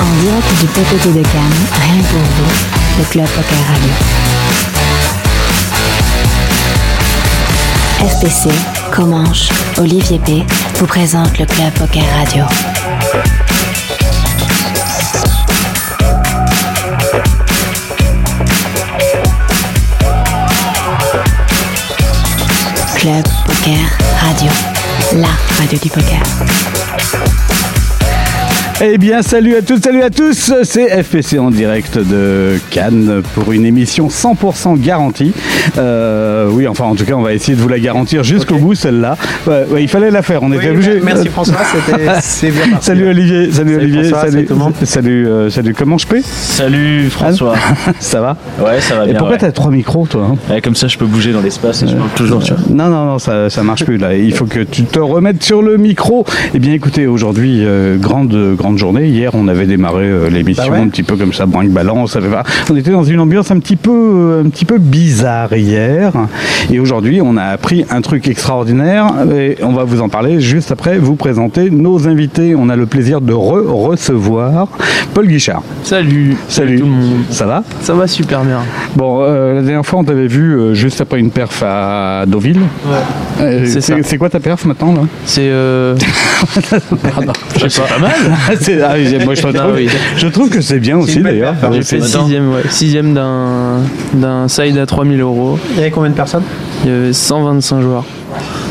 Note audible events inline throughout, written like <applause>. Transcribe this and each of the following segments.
En direct du Pépé de Cannes, rien que pour vous, le Club Poker Radio. FPC, Comanche, Olivier P. vous présente le Club Poker Radio. Club Poker Radio, la radio du poker. Eh bien, salut à toutes, salut à tous. C'est FPC en direct de Cannes pour une émission 100% garantie. Euh, oui, enfin, en tout cas, on va essayer de vous la garantir jusqu'au bout, celle-là. Ouais, ouais, il fallait la faire, on était Oui, obligé. <laughs> Merci François, c'était c'est bien parti. Salut Olivier, salut, Salut Olivier, François, salut salut tout le monde. salut, euh, salut, comment je peux <laughs> Salut François. Ça va Ouais, ça va Hein Et bien. pourquoi ouais. t'as trois micros toi hein Ouais, Comme ça, je peux bouger dans l'espace et je parle toujours. Tu vois. Non, non, non, ça, ça marche plus là. Il faut que tu te remettes sur le micro. Eh bien, écoutez, aujourd'hui, euh, grande, grande journée. Hier, on avait démarré euh, l'émission Bah ouais. un petit peu comme ça, brinque balance. On était dans une ambiance un petit peu, euh, un petit peu bizarre hier. Et aujourd'hui, on a appris un truc extraordinaire. Et on va vous en parler juste après. Vous présenter nos invités. On a le plaisir de re-recevoir Paul Guichard. Salut. Salut. tout le monde. Ça va Ça va super bien. Bon, euh, la dernière fois, on t'avait vu euh, juste après une perf à Deauville. Euh, c'est C'est ça. c'est quoi ta perf maintenant là C'est euh... Ouais, C'est pas mal. C'est- <laughs> ah, j'ai- <laughs> Moi je trouve, Non, oui. je trouve que c'est bien aussi une belle d'ailleurs. perf, <laughs> hein. j'ai C'est- fait sixième, ouais, sixième d'un d'un side à 3000 euros. Il y avait combien de personnes Il y avait 125 joueurs.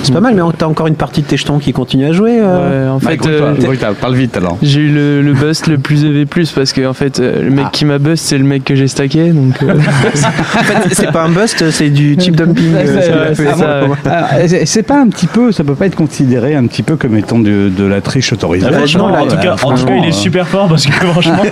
C'est pas mal, mais on- t'as encore une partie de tes jetons qui continue à jouer. euh. Ouais, en Bah, fait, écoute, euh, toi, oui, t'as- parle vite alors. j'ai eu le, le bust le plus EV+, parce que en fait, euh, le Ah. mec qui m'a bust, c'est le mec que j'ai stacké. Donc, euh, En fait, Ah, c'est pas un bust, c'est du chip dumping. euh, c'est- ça ouais, l'a fait. c'est ça, ouais. Ah, c'est- c'est pas un petit peu, ça peut pas être considéré un petit peu comme étant de, de la triche autorisée. Ah, franchement, Bah, en, tout cas, en tout cas, il franchement, est super fort parce <laughs> que franchement,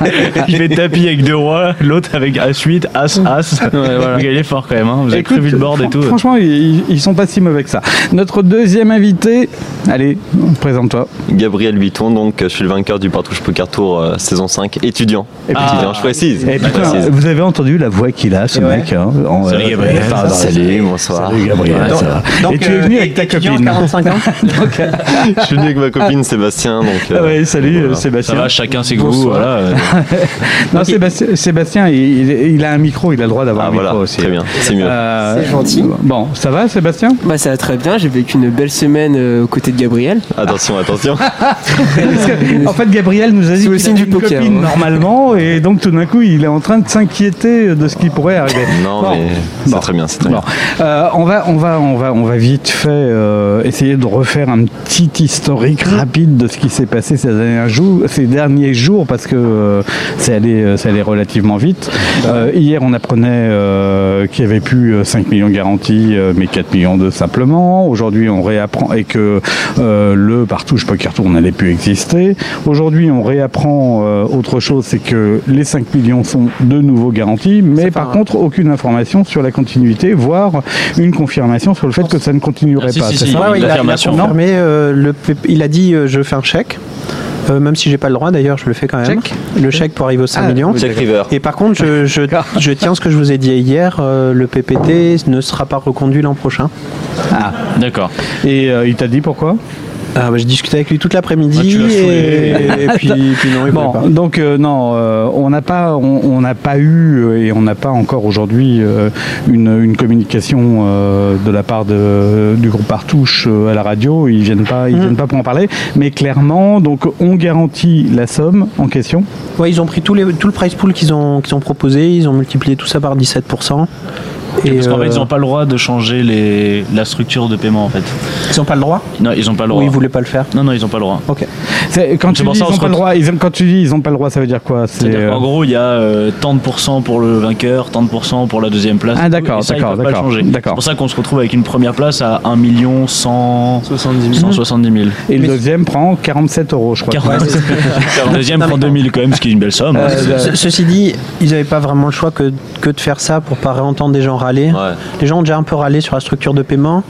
il fait tapis avec deux rois, l'autre avec As-8, As-As. voilà. Il est fort quand même. hein. Vous avez Écoute, prévu le board et fran- tout. Franchement, ils, ils sont pas si mauvais que ça. Notre deuxième invité, allez, présente-toi. Gabriel Vuitton, donc euh, je suis le vainqueur du Partouche Poker Tour euh, saison 5, étudiant. Ah, Étudiant, je précise. Et je Eh, putain, précise. vous avez entendu la voix qu'il a, ce Et ouais. mec. hein, en- Salut, euh, Gabriel. par hasard. Salut, bonsoir. Salut, Gabriel, Donc- ça va. donc, Et tu es euh, venu avec ta étudiant, copine. 45 ans. je suis venu avec ma copine Sébastien. Donc, euh, Ah <laughs> ouais, salut voilà. euh, Ça Sébastien. va, chacun ses goûts. Bonsoir. Voilà. euh, <laughs> Non, Sébastien, Sébastien, il, il- il a un micro, il a le droit d'avoir Ah un voilà, micro aussi. très bien, c'est mieux. Euh, C'est gentil. Bon, ça va Sébastien <laughs> Bah ça va très bien, j'ai vécu une belle semaine euh, aux côtés de Gabriel. Attention, <laughs> attention. <laughs> Parce que, En fait, Gabriel nous a dit Sous le qu'il signe avait du une poker, copine hein. normalement, et donc tout d'un coup, il est en train de s'inquiéter de ce qui pourrait arriver. Non, Bon. mais Bon. c'est très bien, c'est très Bon, bien. euh, on va, on va, on va, on va vite fait euh, essayer de refaire un petit historique Mmh. rapide de ce qui s'est passé ces derniers jours, ces derniers jours, parce que euh, c'est allé, euh, c'est allé relativement vite. Euh, hier, on apprenait euh, qu'il y avait plus euh, 5 millions garantis, euh, mais 4 millions de simplement. Aujourd'hui, on réapprend et que euh, le partouche poker tour n'allait plus exister. Aujourd'hui, on réapprend euh, autre chose, c'est que les 5 millions sont de nouveau garantis, mais C'est par pas- contre contre aucune information sur la continuité, voire une confirmation sur le fait que ça ne continuerait Ah, si, pas. si, c'est si. ça Ouais, ouais, il, a, il a L'affirmation. confirmé, euh, le P- il a dit euh, je fais un chèque. Euh, même si j'ai pas le droit d'ailleurs, je le fais quand même. Chèque Le chèque pour arriver aux 5 Ah, millions. Jack River. Et par contre, je, je- je tiens ce que je vous ai dit hier, euh, le PPT ne sera pas reconduit l'an prochain. D'accord. Et euh, il t'a dit pourquoi Ah bah, j'ai discuté avec lui toute Ah, l'après-midi tu l'as <laughs> et, et puis, puis non, il voulait Bon, pas. donc euh, non, euh, on n'a pas, on on n'a pas eu euh, et on n'a pas encore aujourd'hui euh, une, une communication euh, de la part de, du groupe Partouche euh, à la radio. Ils viennent pas, ils Mhm. viennent pas pour en parler. Mais clairement, donc on garantit la somme en question. Ouais, ils ont pris tous les, tout le price pool qu'ils ont, qu'ils ont proposé, ils ont multiplié tout ça par 17%. Et, Parce qu'en fait, euh, ils n'ont pas le droit de changer les... la structure de paiement en fait. ils ont pas le droit Non, ils n'ont pas le droit. Ou ils voulaient pas le faire Non, non, ils n'ont pas le droit. Ok. C'est- Quand Donc, tu c'est pour dis ils ça, on ont se pas le retrouve- droit, ils ont- quand tu dis ils ont pas le droit, ça veut dire quoi C'est C'est-à-dire euh, qu'en gros, il y a euh, tant de pourcents pour le vainqueur, tant de pourcents pour la deuxième place. Ah, d'accord, Et ça, ils d'accord, peuvent pas le d'accord, changer. d'accord. C'est pour ça qu'on se retrouve avec une première place à 1 100 70 Euh, 000. 170 000. et le deuxième prend 47 euros, je crois. Le <laughs> deuxième Non, mais- prend 2000 quand même, ce qui est une belle somme. hein. Euh, ce- ceci dit, ils n'avaient pas vraiment le choix que, que de faire ça pour pas réentendre des gens râler. Ouais. Bah, Les gens ont déjà un peu râlé sur la structure de paiement.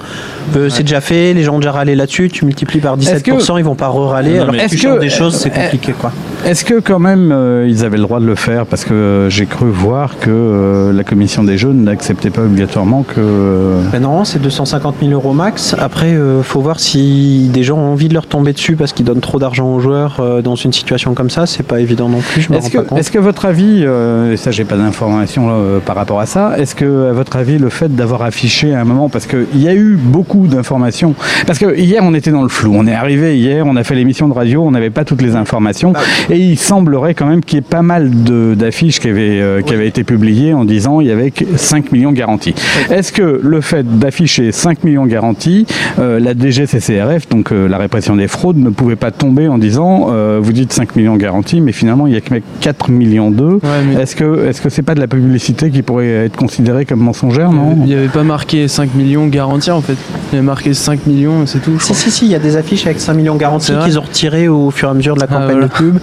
Euh, C'est déjà fait, les gens ont déjà râlé là-dessus. Tu multiplies par 17%, Est-ce ils vont pas Non, re-râler. Alors mais que tu est-ce changes que- des choses, c'est euh, compliqué quoi. Est-ce que quand même euh, ils avaient le droit de le faire Parce que euh, j'ai cru voir que euh, la commission des jeunes n'acceptait pas obligatoirement que. euh, Ben non, c'est 250 000 euros max. Après, euh, faut voir si des gens ont envie de leur tomber dessus parce qu'ils donnent trop d'argent aux joueurs euh, dans une situation comme ça. C'est pas évident non plus. Je me rends Est-ce que, pas compte. est-ce que votre avis, euh, et ça j'ai pas d'informations euh, par rapport à ça, est-ce que à votre avis le fait d'avoir affiché à un moment, parce qu'il y a eu beaucoup d'informations, parce que hier on était dans le flou, on est arrivé hier, on a fait l'émission de radio, on n'avait pas toutes les informations, et il semblerait quand même qu'il y ait pas mal de- d'affiches qui, avaient, euh, qui avaient été publiées en disant il y avait que 5 millions garantis. Est-ce que le fait d'afficher 5 millions garantis, euh, la DGCCRF, donc euh, la répression des fraudes, ne pouvait pas tomber en disant euh, vous dites 5 millions garantis, mais finalement il y a que 4 millions 2. Ouais, mais Est-ce que est-ce que c'est pas de la publicité qui pourrait être considérée comme mensongère, non Euh, il n'y avait pas marqué 5 millions garantis en fait. Il y avait marqué 5 millions et c'est tout. je Si, crois. si, si, il y a des affiches avec 5 millions C'est garantis vrai qu'ils ont retirées au fur et à mesure de la Ah, campagne voilà. <laughs> de pub.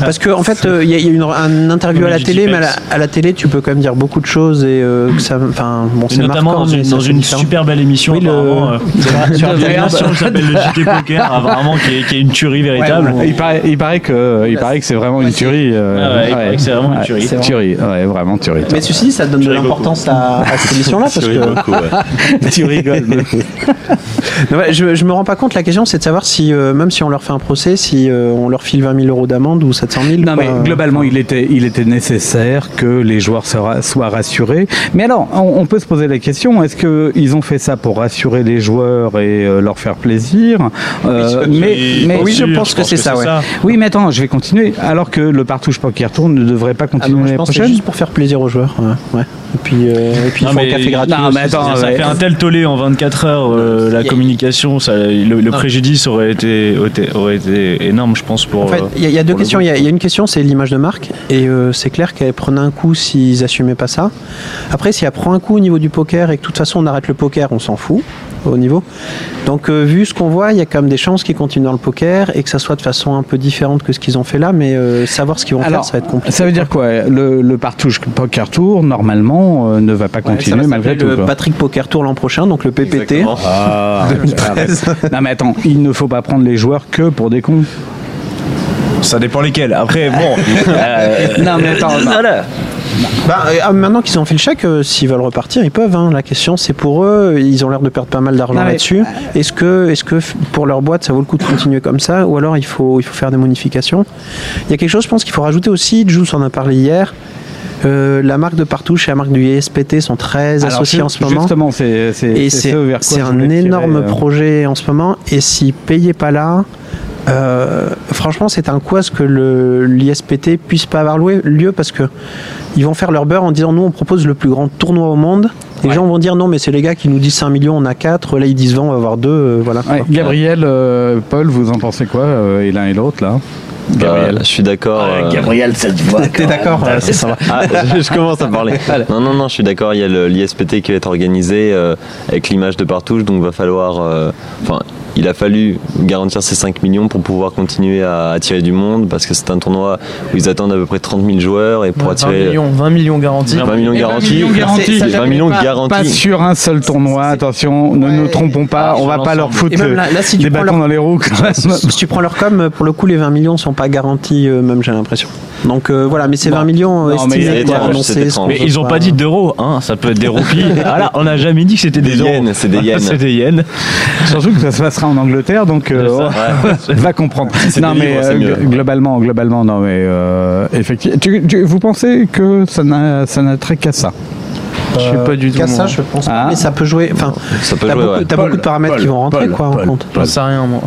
Parce que en fait, euh, il y a, il y a une, un interview Comme à la les télé, mais à la, JPEX. à la télé, tu peux quand même dire beaucoup de choses et euh, que ça. Enfin, bon, Et c'est notamment marquant, dans une, mais ça, dans c'est une différent. super belle émission Oui, <laughs> le- apparemment, euh, <laughs> sur le- une émission qui s'appelle le JT Poker ah, vraiment qui est, qui est une tuerie véritable il paraît, il paraît que euh, il paraît que c'est vraiment une tuerie. euh, Ah Bah, ouais, il paraît que c'est vraiment une Ouais, tuerie. Tuerie, ouais, vraiment <laughs> tuerie. Mais ceci dit, ça donne de l'importance à, à cette émission-là parce que. beaucoup, ouais. tu rigoles. Non, ouais, je, je me rends pas compte. La question, c'est de savoir si, euh, même si on leur fait un procès, si euh, on leur file 20 000 euros d'amende ou euh, 700 000. Non, quoi. mais globalement, il était, il était nécessaire que les joueurs se ra- soient rassurés. Mais alors, on, on peut se poser la question est-ce qu'ils ont fait ça pour rassurer les joueurs et euh, leur faire plaisir Euh, mais, mais- Bien oui, je sûr, pense que c'est ça, ouais. Oui, mais attends, je vais continuer. Alors que le partouche poker tour ne devrait pas Ah continuer non, je l'année pense que c'est prochaine juste pour faire plaisir aux joueurs. ouais, ouais. Et puis, euh, et puis ils Non, font mais- café gratuit. Non, mais aussi, attends, Ça, ça ouais. fait un tel tollé en 24 heures, euh, la Il y a- communication, ça, le, le préjudice aurait été, aurait été- aurait été énorme, je pense, pour. En fait, euh, il y, a- il y a deux pour le questions. groupe. Il y, a- il y a une question, c'est l'image de marque. Et euh, c'est clair qu'elle prenait un coup s'ils assumaient pas ça. Après, si elle prend un coup au niveau du poker et que de toute façon on arrête le poker, on s'en fout au niveau. Donc, euh, vu ce qu'on voit, il y a quand même des chances qu'ils continuent dans le poker et que ça soit de façon un peu différente que ce qu'ils ont fait là. Mais euh, savoir ce qu'ils vont faire, ça va être compliqué. ça veut dire quoi Le, le partouche poker tour, normalement, euh, ne va pas Ouais, ça va continuer s'appeler malgré tout. Le quoi. Patrick Poker Tour l'an prochain, donc le PPT. Exactement. Ah <laughs> non, mais attends, il ne faut pas prendre les joueurs que pour des cons. Ça dépend lesquels. <laughs> Après, bon. euh, Non, mais attends, non. Bah, euh, ah, maintenant qu'ils ont fait le chèque, euh, s'ils veulent repartir, ils peuvent. hein. La question, c'est pour eux. Ils ont l'air de perdre pas mal d'argent Non, mais- là-dessus. Est-ce que, est-ce que f- pour leur boîte, ça vaut le coup de continuer comme ça Ou alors il faut, il faut faire des modifications Il y a quelque chose, je pense, qu'il faut rajouter aussi. Jules en a parlé hier. Euh, la marque de Partouche et la marque du ISPT sont très Alors, associées en ce ju- moment. Justement, c'est c'est- Et c'est c'est ce vers quoi c'est je un voulais tirer, énorme euh, projet en ce moment. Et si payez pas là, euh, franchement, c'est un coup à ce que le- l'ISPT puisse pas avoir loué- lieu parce que ils vont faire leur beurre en disant nous on propose le plus grand tournoi au monde. Les gens vont dire non mais c'est les gars qui nous disent 5 millions, on a 4, là ils disent 20, on va avoir 2, voilà. ouais, Gabriel, euh, Paul, vous en pensez quoi, euh, et l'un et l'autre, là Bah, je suis d'accord. euh, <laughs> T'es d'accord euh, c'est ça. Ah, <laughs> je je commence à parler. Non, non, non, je suis d'accord. Il y a le- l'ISPT qui va être organisé euh, avec l'image de Partouche, donc va falloir. euh, Enfin, il a fallu garantir ces 5 millions pour pouvoir continuer à attirer du monde, parce que c'est un tournoi où ils attendent à peu près 30 000 joueurs et pour Ouais, 20 attirer millions, 20 millions garantis. 20 millions garantis. garantis. C'est 20 millions Pas garantis. sur un seul tournoi, attention, ne nous trompons pas, on va pas leur foutre Ah, Et même là, là, si des tu prends bâtons leur dans les roues quand <laughs> même. si tu prends leur com, pour le coup, les 20 millions sont pas garantis, euh, même j'ai l'impression. Donc euh, voilà, mais ces 20 millions euh, Non, mais estimés, c'est quoi, étrange, annoncés, c'est ce étrange. qu'on mais ils ont veut pas dit d'euros, hein, ça peut être des roupies. Voilà, on n'a jamais dit que c'était des, Des euros. <laughs> yens, c'est des yens. c'est des yens. Surtout que ça se passera en Angleterre, donc euh, C'est ça. on va comprendre. <laughs> c'est Non, des mais livres, c'est euh, mieux. gl- globalement, globalement, non, mais euh, effectivement. Tu- tu- vous pensez que ça n'a ça n'a trait qu'à ça Je suis pas du tout. Qu'à ça, moi. je pense pas, Ah. Mais ça peut jouer. Enfin, Ça peut t'as jouer, beaucoup, ouais. t'as beaucoup de paramètres qui vont rentrer, quoi, en compte. J'en sais rien moi.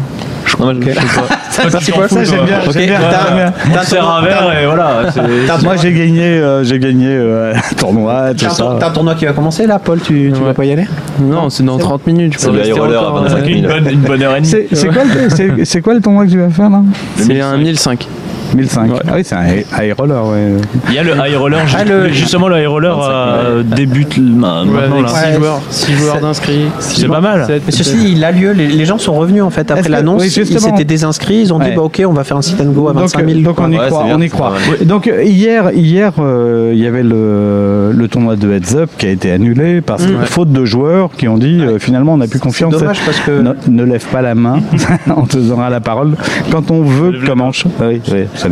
Je Non, mais je- je sais pas. C'est quoi ça, j'aime bien, j'aime bien. T'as- On te sert un verre et voilà. c'est- Moi j'ai gagné, euh, j'ai gagné euh, un tournoi, tout T'as un, tour- ça. t'as un tournoi qui va commencer là, Paul, tu, tu Ouais. vas pas y aller Non, c'est dans 30 minutes. je C'est peux le rester high roller encore, à 25 euh, Une bonne, une bonne heure et demie. C'est c'est quoi, le- c'est- c'est quoi le tournoi que tu vas faire là euh, C'est un 1005. 1005. Ah oui, c'est un high- high roller, ouais. Il y a le high roller. ju- Ah, le- Justement, le high roller 25, euh, débute le- ma- Ouais, maintenant. avec là. 6 Ouais. joueurs, six joueurs d'inscrits. C'est pas mal. Sept, Mais ceci, peut-être. dit, il a lieu, les, les gens sont revenus en fait Est-ce après que- l'annonce, oui, ils justement. s'étaient désinscrits, ils ont Ouais. dit bah ok, on va faire un sit and go à Donc, 25 000. donc on y Ouais, croit, c'est bien, on y c'est croit. pas Donc euh, hier, hier, euh, il y avait le, le tournoi de heads up qui a été annulé parce que faute de joueurs qui ont dit euh, finalement on n'a plus confiance. Mm. dommage parce que- ne, ne lève pas la main, <laughs> on te donnera la parole quand on veut la commence. Oui, oui, absolument.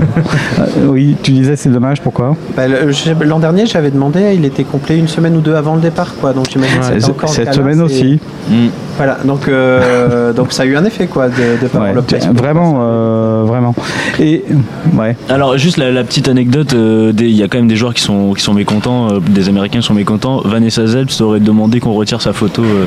Euh, oui, tu disais c'est dommage. Pourquoi Bah, le- je sais pas, L'an dernier, j'avais demandé, il était complet une semaine ou deux avant le départ, quoi. Donc j'imagine que c'était encore le Cette cas là, semaine c'est- aussi. Voilà, donc euh, donc ça a eu un effet quoi de, de pas Ouais, avoir l'option. tiens, vraiment, euh, vraiment. Et ouais. Alors juste la, la petite anecdote, euh, des- il y a quand même des joueurs qui sont, qui sont mécontents, euh, des Américains qui sont mécontents. Vanessa Zelps aurait demandé qu'on retire sa photo euh,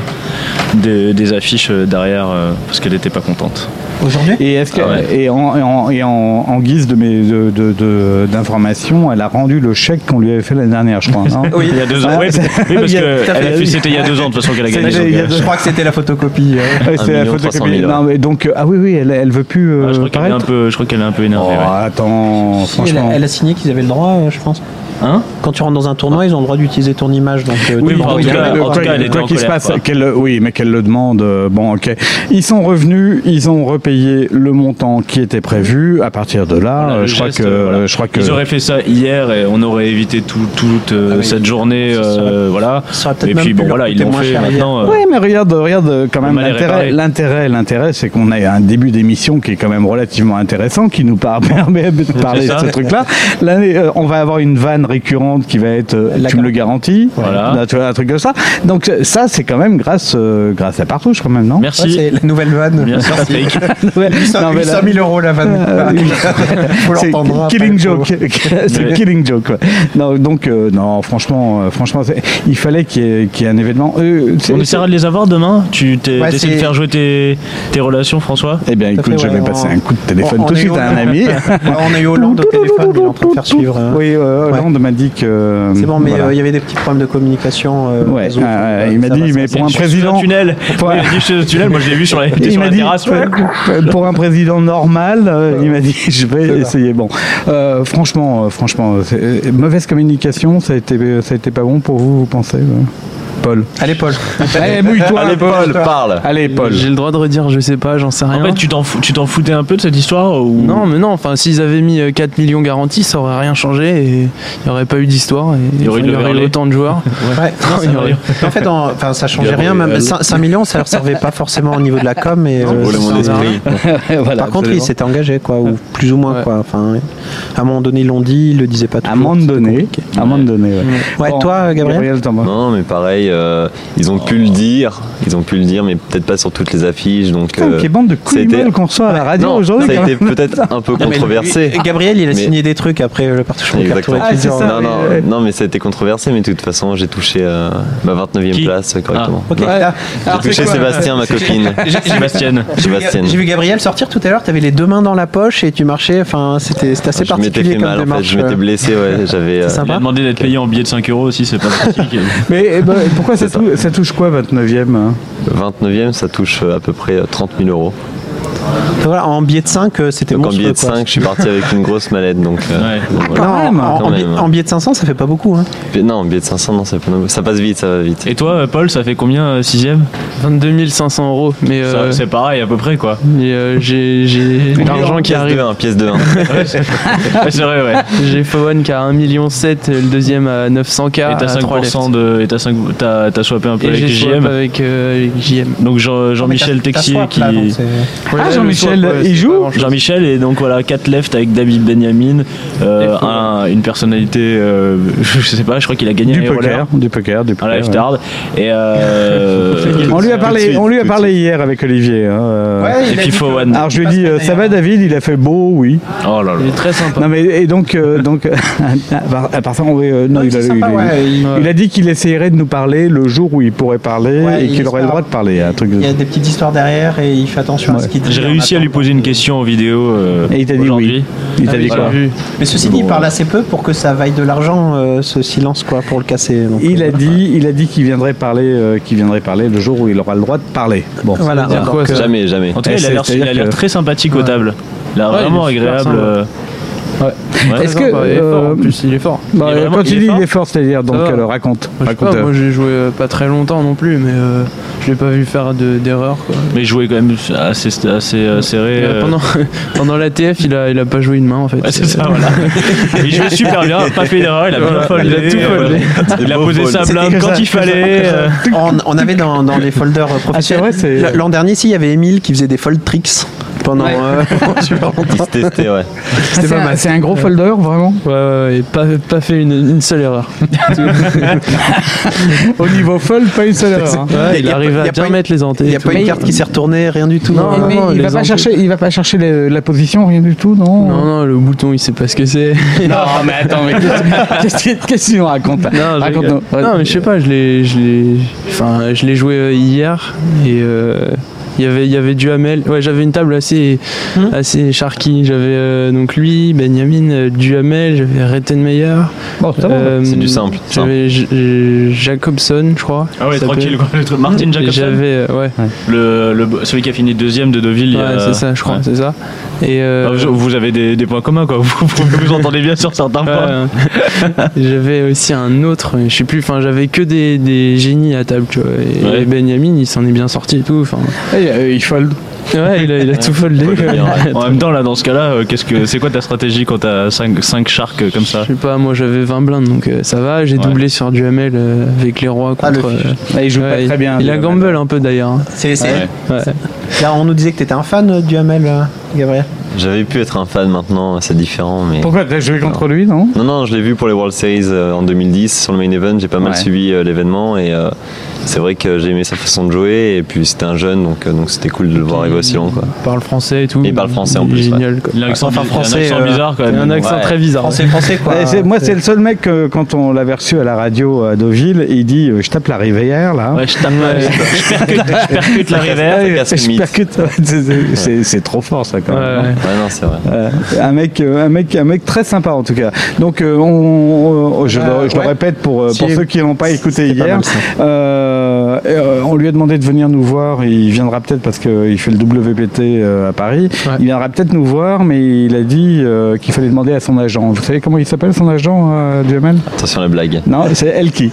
des, des affiches euh, derrière euh, parce qu'elle n'était pas contente. Aujourd'hui Et, est-ce que- Ah ouais. et, en, et en- et en- en guise de mes de- de- de- d'informations, elle a rendu le chèque qu'on lui avait fait l'année dernière, je crois. non <laughs> Oui. Il y a deux ans. Ah, Oui, c'est- oui, <laughs> parce il y a- que tout à elle a fait, fait- oui. c'était il y a deux ans de toute façon qu'elle a gagné. C'était donc, il y a euh, deux- Je crois que c'était la photocopie. euh. Ouais, c'est la 1 photocopie. 300 000, ouais. Non, mais donc, euh, ah oui, oui, elle, elle veut plus euh, ah, je crois qu'elle est un paraître. peu, je crois qu'elle est un peu Oh, énervée. ouais. attends, Si, elle, franchement. a- elle a signé qu'ils avaient le droit, euh, je pense. Hein Quand tu rentres dans un tournoi, ils ont le droit d'utiliser ton image. Donc, euh, Oui, tu- bon, en tu- tout tu- cas, tu- en tout cas, elle était quoi en qu'il se colère, passe, quoi. qu'elle le- oui, mais qu'elle le demande. euh, Bon, ok. Ils sont revenus, ils ont repayé le montant qui était prévu. À partir de là, Voilà, euh, le je, crois geste, que, euh, voilà. je crois que. Ils auraient fait ça hier et on aurait évité tout- toute euh, Ah oui. cette journée. Ça serait- euh, voilà. ça aurait peut-être Et même puis pu bon, leur voilà, ils coûter l'ont moins fait cher maintenant. euh, Oui, mais regarde, regarde quand même mal est l'intérêt. réparé. L'intérêt, l'intérêt, c'est qu'on a un début d'émission qui est quand même relativement intéressant, qui nous par- <laughs> permet de parler de ça. ce truc-là. L'année, euh, on va avoir une vanne récurrente qui va être, euh, La tu me le garantis, Voilà. Là, tu vois, un truc comme ça. Donc euh, ça, c'est quand même grâce, euh, grâce à Partouche quand même, non Ouais, Merci. c'est la nouvelle vanne. Bien sûr, steak. Ouais. 800 Non, mais là- 000 euros la Ah, Euh, vanne. <laughs> oui. Faut C'est l'entendre, hein, killing pas le joke. <laughs> C'est Mais- killing joke. ouais. Non, donc euh, non, franchement, euh, franchement, c'est- il fallait qu'il y, ait- qu'il y ait un événement. Euh, c'est- On essaiera de les avoir demain. Tu t'es- Ouais, t'essaies de c'est- faire jouer tes, tes relations, François Eh bien, Tout à écoute, fait, je vais ouais, passer on- un coup de téléphone on- on tout de est suite à un au- <laughs> ami. Ouais, on a eu Hollande au téléphone, il est en train de faire suivre. hein. <laughs> Oui, euh, Hollande m'a dit que. C'est bon, mais euh, il voilà. y avait des petits problèmes de communication. euh, Ouais, réseau, ah, donc, il m'a ça dit, va, ça mais va. pour un Je suis président. sous un tunnel. Pour- Oui, il dit, je suis sous un tunnel. Moi, je l'ai vu <laughs> sur la, j'étais sur la terrasse. ouais. hein. <laughs> pour un président normal, euh, il m'a dit je vais essayer. Bon, Euh, franchement, euh, franchement, c'est- euh, mauvaise communication, ça a été, euh, ça a été pas bon pour vous, vous pensez, euh, Paul Allez, Paul. Allez, mouille-toi, Allez, Paul, parle. Allez, Paul. J'ai le droit de redire, je sais pas, j'en sais rien. En fait, tu t'en fous- tu t'en foutais un peu de cette histoire euh, ou... Non, mais non, enfin, s'ils avaient mis euh, 4 millions garantis, ça aurait rien changé et il n'y aurait pas eu d'histoire et il y aurait eu de aurait eu Verlet. autant <laughs> de joueurs. Ouais. Non, il y aurait- En fait, en- enfin, ça changeait rien. Même 5, millions, ça leur servait pas forcément au niveau de la com. Et, euh, Pour ça le monde servait à rien. esprit. Voilà, Par contre, absolument. ils s'étaient engagés, quoi, ou plus ou moins, Ouais. quoi. Enfin, ouais. à un moment donné, ils l'ont dit, ils le disaient pas à toujours. un moment c'était donné, compliqué. à un moment donné. Ouais, Ouais, toi, Mm. euh, Gabriel t'en vas. Non, mais pareil, euh, ils ont pu le dire, ils ont pu le dire, mais peut-être pas sur toutes les affiches. Donc, Putain, euh, quelle bande de couilles c'était- molles qu'on reçoit à la radio non, aujourd'hui. ça quand a été même. peut-être un peu Non, mais controversé. lui- Gabriel, il a Mais- signé des trucs après euh, le partouche Exactement. Ah, c'est ça, non, non, oui, oui. non, mais ça a été controversé, mais de toute façon, j'ai touché euh, ma 29e Qui place euh, correctement. Ah, Ok. Non, là, J'ai touché Sébastien, <laughs> ma copine. Sébastien. <laughs> Sébastien. J'ai vu Gabriel sortir tout à l'heure, t'avais les deux mains dans la poche et tu marchais, enfin c'était c'était assez Je m'étais particulier fait comme mal, en fait, démarche. euh. je m'étais <laughs> blessé, ouais, j'avais. euh, C'est Il sympa. a demandé d'être payé en billet de 5 euros aussi, c'est pas pratique. Mais eh ben, pourquoi ça, tou- ça touche quoi, 29e hein 29e, ça touche euh, à peu près euh, 30 000 euros. Voilà, en billet de 5, euh, c'était Donc en monstrueux. billet de quoi. 5, je suis parti avec une grosse mallette. Donc, euh, Ouais. donc Non, voilà. Quand même. en, Ah, en Quand billet- même. en billet de 500, ça fait pas beaucoup. Hein. Puis- non, en billet de 500, non, c'est pas normal. ça passe vite, ça va <laughs> vite. Et toi, euh, Paul, ça fait combien 6 e 22 500 euros, mais, euh, C'est pareil à peu près quoi. mais euh, j'ai- j'ai l'argent qui pièce de arrive. 1, <laughs> pièce de 1. <laughs> Ouais, c'est vrai, ouais. J'ai Fawan qui a 1,7 million, le deuxième à 900K. Et t'as à trois 5% de. Et t'as 5 t'as- t'as swappé un peu left. Et avec j'ai swap JM. avec, euh, avec JM. Donc Jean- Jean-Michel Mais t'as- t'as Texier swap, qui. là, donc c'est- Ouais, Ah, le Jean-Michel, swap, ouais, il c'est joue pas grand-chose. Jean-Michel et donc voilà 4 left avec David Benjamin, euh, Et Flo. un- une personnalité, euh, <laughs> je sais pas, je crois qu'il a gagné du, un Hero hein, poker, du poker, du à Ah, poker, la ouais. Leftard <laughs> et euh, On lui a parlé, Tout de suite, on lui a tout de parlé hier avec Olivier. hein, euh, Ouais, et il a puis dit que- Fowan. Alors je lui ai dit, euh, ça va David, il a fait beau, oui. oh là là Il est très sympa. Non mais et donc euh, donc <laughs> à part- à part ça, on- euh, non, Ouais, il, a, c'est sympa, il a- ouais, il- il a dit qu'il essayerait de nous parler le jour où il pourrait parler Ouais, et il qu'il aurait espère. le droit de parler. Un truc. de- Il y a des petites histoires derrière et il fait attention à ce qu'il dit. j'ai réussi à lui poser une question en vidéo. euh, Et il t'a dit aujourd'hui. oui. Il Ah t'a oui, dit voilà. quoi Mais ceci dit, Bon, il parle assez peu pour que ça vaille de l'argent, euh, ce silence, quoi, pour le casser. donc, Il euh, a dit, il a dit qu'il viendrait parler, euh, qu'il viendrait parler le jour où il aura le droit de parler. Bon, Voilà. dire donc, quoi, euh, ça Jamais, jamais. En tout cas, Et il a l'air- Eh, c'est-à-dire il a l'air que- très sympathique aux Ouais. tables. Il a Ouais, il est vraiment super agréable. sympa. euh, Ouais. ouais. Est-ce Il est que, sympa, il est fort, euh, en plus, il est fort. Bah, Il est euh, vraiment- quand il tu est dis fort il est fort, c'est-à-dire donc va. alors, raconte, Moi, je sais raconte. pas, euh, moi j'ai joué euh, pas très longtemps non plus, mais euh, je l'ai pas vu faire de- d'erreur. quoi. Mais il jouait quand même assez, assez euh, serré. Et, euh, euh, pendant, <laughs> pendant la TF, il a, il a pas joué une main en fait. Ouais, c'est ça, voilà. <laughs> Il jouait super bien, pas fait d'erreur, il a bien Voilà, foldé. il a tout euh, foldé. Il a posé sa C'était blinde que quand ça, il que <laughs> ça, fallait. que ça. euh, On, on avait dans, dans les folders euh, Ah c'est professionnels. vrai, c'est. L- L'an dernier, si, il y avait Emile qui faisait des fold tricks pendant euh, <laughs> pendant super Il se longtemps. testait, ouais. c'est un- <laughs> c'est un gros folder vraiment. Ouais, ouais, ouais, et pas, pas fait une, une seule erreur. Au niveau fold, pas une seule erreur. hein. Ouais, il y a arrive pas- y à a bien pas une- mettre les Il antennes. n'y a pas une carte qui s'est retournée, rien du tout. Non, Mais il les va pas entrées. chercher, il va pas chercher les- la position, rien du tout, non. Non, non, le bouton, il sait pas ce que c'est. Non, mais attends, mais <laughs> qu'est-ce qu'il- qu'est-ce qu'il nous raconte Non, je Raconte-nous. rigole. Non, mais je sais pas, je l'ai, je l'ai, enfin, je l'ai joué euh, hier et euh, il y avait, il y avait du Hamel. Ouais, j'avais une table assez, Hmm assez charquée. J'avais euh, donc lui, Benjamin, euh, Duhamel, j'avais Rettenmeyer. Bon, ça va. euh, c'est du simple, J'avais J- J- Jacobson, je crois. Ah ouais, ça tranquille s'appelle. quoi. Le truc Martin Et Jacobson, J'avais, euh, ouais, le, le- celui qui a fini deuxième de Deauville. il y ouais, a- c'est ça, je crois, euh, ouais. c'est ça. Et euh, Ah, vous- Vous avez des, des points communs quoi, <laughs> vous vous, vous entendez bien sur certains points. Ouais. hein. <laughs> j'avais aussi un autre, je sais plus, enfin j'avais que des, des génies à table, tu vois. Et Ouais. Benjamin, il s'en est bien sorti et tout. Enfin, Eh, euh, il fold. ouais, il a, <laughs> il a tout foldé. Faut le dire, ouais. En même temps, là, dans ce cas-là, euh, qu'est-ce que c'est quoi ta stratégie quand t'as 5 cinq sharks euh, comme Je ça sais pas, moi j'avais 20 blindes donc euh, ça va, j'ai Ouais. doublé sur du ML euh, avec les rois Ah, le contre. fiche. euh, Là, il joue ouais, pas très bien. euh, Il a le- gamble un peu d'ailleurs. hein. C'est- c'est- Ouais. Ouais. Là, on nous disait que tu étais un fan euh, du Hamel, euh, Gabriel. J'avais pu être un fan maintenant, c'est différent, mais. Pourquoi t'as joué contre lui, non Non, non, je l'ai vu pour les World Series euh, en 2010 sur le main event. J'ai pas mal Ouais. suivi euh, l'événement et euh, c'est vrai que j'ai aimé sa façon de jouer. Et puis c'était un jeune, donc euh, donc c'était cool de le voir arriver aussi long. Quoi. Il parle français et tout. Il parle français, en Il est plus, Génial quoi. Il a un accent, Enfin, bi- il a un français, accent euh, bizarre quand même. un Ouais. accent très bizarre. Français, français, quoi. Eh, c'est- moi, c'est C'est- le seul mec que, quand on l'avait reçu à la radio à Deauville, il dit euh, Je tape la rivière, là. Ouais, je tape, je percute, je percute la rivière. ça casse Je le mythe. percute. <laughs> C'est- c'est- c'est- C'est trop fort, ça, quand Ouais, même. ouais. Ouais, non, c'est vrai. Euh, un mec, euh, un mec, un mec très sympa en tout cas. Donc, euh, on, on- je, le, Euh, je le ouais. répète pour, euh, Si, pour ceux qui n'ont pas écouté c'était pas hier. mal, ça. euh, euh, on lui a demandé de venir nous voir. Il viendra peut-être parce qu'il fait le WPT euh, à Paris. Ouais. Il viendra peut-être nous voir, mais il a dit euh, qu'il fallait demander à son agent. Vous savez comment il s'appelle son agent, euh, Duhamel Attention à la blague. non, c'est <laughs> Elki.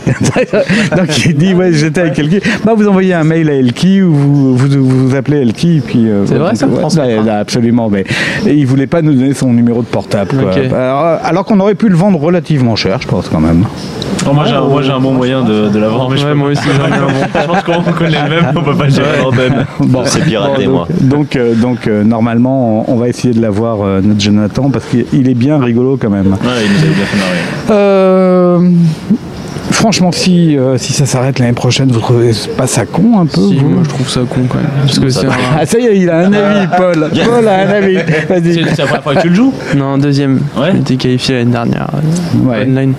Donc il dit ouais, j'étais avec Elki. Bah vous envoyez un mail à Elki ou vous vous, vous, vous appelez Elki et puis. euh, C'est vrai, donc, ça, ouais, France ouais, là, Absolument, mais et il voulait pas nous donner son numéro de portable. quoi. Ok. Alors, euh, alors qu'on aurait pu le vendre relativement cher, je pense quand même. Oh, moi, j'ai un, moi, j'ai un bon moyen de, de l'avoir, mais je Ouais, peux moi aussi, j'en ai un bon. <laughs> Je pense qu'on connaît le même, on peut pas le dire. Oh, ben, <laughs> Bon. C'est piraté, donc, moi. Donc, euh, donc euh, normalement, on, on va essayer de l'avoir euh, notre Jonathan parce qu'il est bien rigolo quand même. Ouais, il nous avait bien fait marrer. Euh, franchement, si euh, si ça s'arrête l'année prochaine, vous trouvez pas ça con un peu Si, vous moi je trouve ça con quand même. Parce que c'est Ah un. ça y est, il a un avis, <laughs> Paul. Paul a un avis. Vas-y. C'est c'est la première fois que tu le joues Non, deuxième. Ouais. J'étais qualifié l'année dernière. euh, Ouais. Online.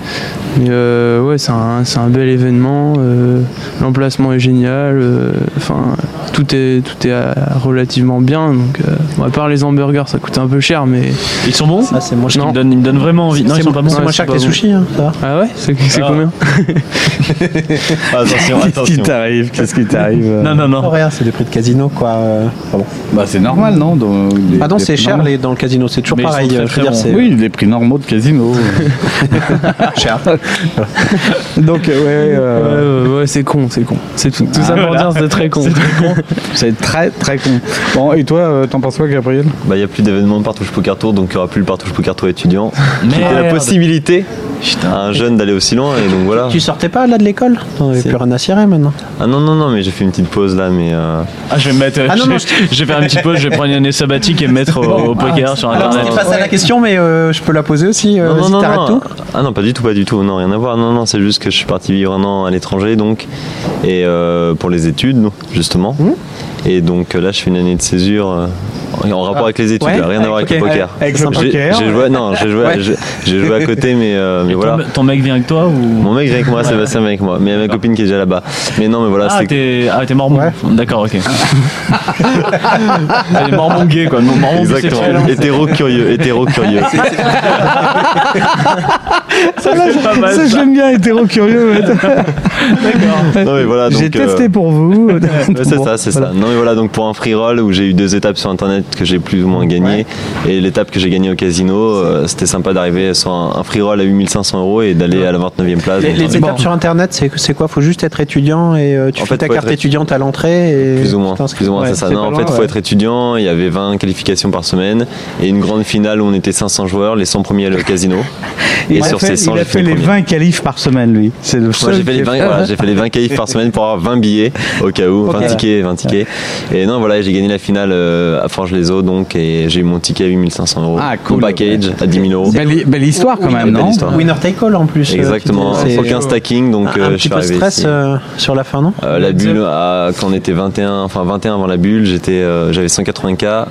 Mais euh, ouais, c'est un, c'est un bel événement. euh, L'emplacement est génial. euh, Enfin, tout est, tout est euh, relativement bien. Donc, euh, bon, à part les hamburgers, ça coûte un peu cher, mais. Ils sont bons Ah, c'est moins Moi, je cher. me donne, ils me donnent vraiment envie. Non, C'est ils sont pas moins bons. c'est moins Ouais, cher c'est que les pas bon. sushis, hein, ça va. Ah ouais C'est c'est Ah. combien <laughs> Attention, Qu'est-ce qui attention. t'arrive Qu'est-ce qui t'arrive euh Non, non, Oh, non. rien, c'est des prix de casino, quoi. euh. Bah, c'est normal, non dans les- Ah non, les c'est prix cher normaux. les, dans le casino, c'est toujours Mais ils sont pareil. très, euh, très je veux bons. dire, c'est Oui, les prix normaux de casino. <laughs> cher. Donc, euh, ouais, euh, Ouais, ouais, ouais, c'est con, c'est con. C'est tout. Tout ça pour voilà. dire c'est très con. c'est très très con. Bon, et toi, euh, t'en penses quoi, Gabriel Bah, il n'y a plus d'événements Partouche Poker Tour, donc il n'y aura plus le Partouche Poker Tour étudiant. Merde. C'était la possibilité Putain. à un jeune d'aller aussi loin, et donc voilà. Tu sortais pas là de l'école T'en avais plus rien à cirer maintenant. Ah non, non, non, mais j'ai fait une petite pause là, mais. euh, Ah, je vais me mettre. euh, Ah, non, je, non, je vais faire une petite pause, je vais prendre une année sabbatique et me mettre au, au poker sur internet. c'est pas ça la question, mais euh, je peux la poser aussi. euh, si t'arrêtes non. tout. Ah non, pas du tout, pas du tout. Non, rien à voir. Non, non, c'est juste Mmh. que je suis parti vivre un an à l'étranger, donc, et euh, pour les études, justement. Et donc euh, là, je fais une année de césure euh, en rapport avec les études, Ah. Ouais, rien à voir avec ok. le poker. Avec le J'ai- poker. J'ai joué, non, j'ai joué, Ouais. j'ai- j'ai joué à côté, mais, euh, <laughs> mais Et ton- voilà. ton, mec vient avec toi ou Mon mec vient avec moi, Sébastien vient avec moi, mais il y a ma copine qui est déjà là-bas. Mais non, mais voilà, Ah, c'est- t'es ah, t'es mormon. Ouais. D'accord, <laughs> ok. t'es mormon gay, quoi. Non, Mormon bisexuel. hein. Exactement. Hétéro curieux, <laughs> hétéro curieux. Ça, c'est pas mal, Ah, Ça, ça. j'aime bien hétéro curieux. Non mais voilà, donc J'ai euh, testé pour vous. ouais, c'est ça, c'est ça. Non mais voilà, donc pour un free roll où j'ai eu deux étapes sur internet que j'ai plus ou moins gagné et l'étape que j'ai gagnée au casino, euh, c'était sympa d'arriver sur un, un free roll à 8500 euros et d'aller à la 29e place. Les, donc les on est étapes sur internet, c'est c'est quoi Faut juste être étudiant et euh, tu En fais fait, ta faut carte être- étudiante à l'entrée et Plus ou moins, tu t'inscris. plus ou moins, Ouais, c'est ça. c'est Non, pas en loin, fait, il faut ouais. être étudiant. Il y avait 20 qualifications par semaine et une grande finale où on était 500 joueurs, les 100 premiers allaient au casino. Il, et a sur fait, ces 100, il a j'ai fait fini les premier. 20 qualifs par semaine, lui. C'est le Moi seul. j'ai fait, les qui a 20, voilà, j'ai fait les 20 qualifs par semaine pour avoir 20 billets au cas où, 20 tickets, 20 tickets. Et non, voilà, j'ai gagné la finale euh, à Franche-les-Eaux donc et j'ai eu mon ticket à 8500 euros. Ah, cool. Au package à 10 000 euros. Belle, belle histoire quand même, Belle non histoire. Winner take all en plus. euh, Exactement, qui était- aucun stacking donc Un, euh, un je petit suis peu de arrivé. stress ici. euh, sur la fin, non Euh, la bulle, à- quand on était 21, enfin 21 avant la bulle, j'étais, euh, j'avais 180K,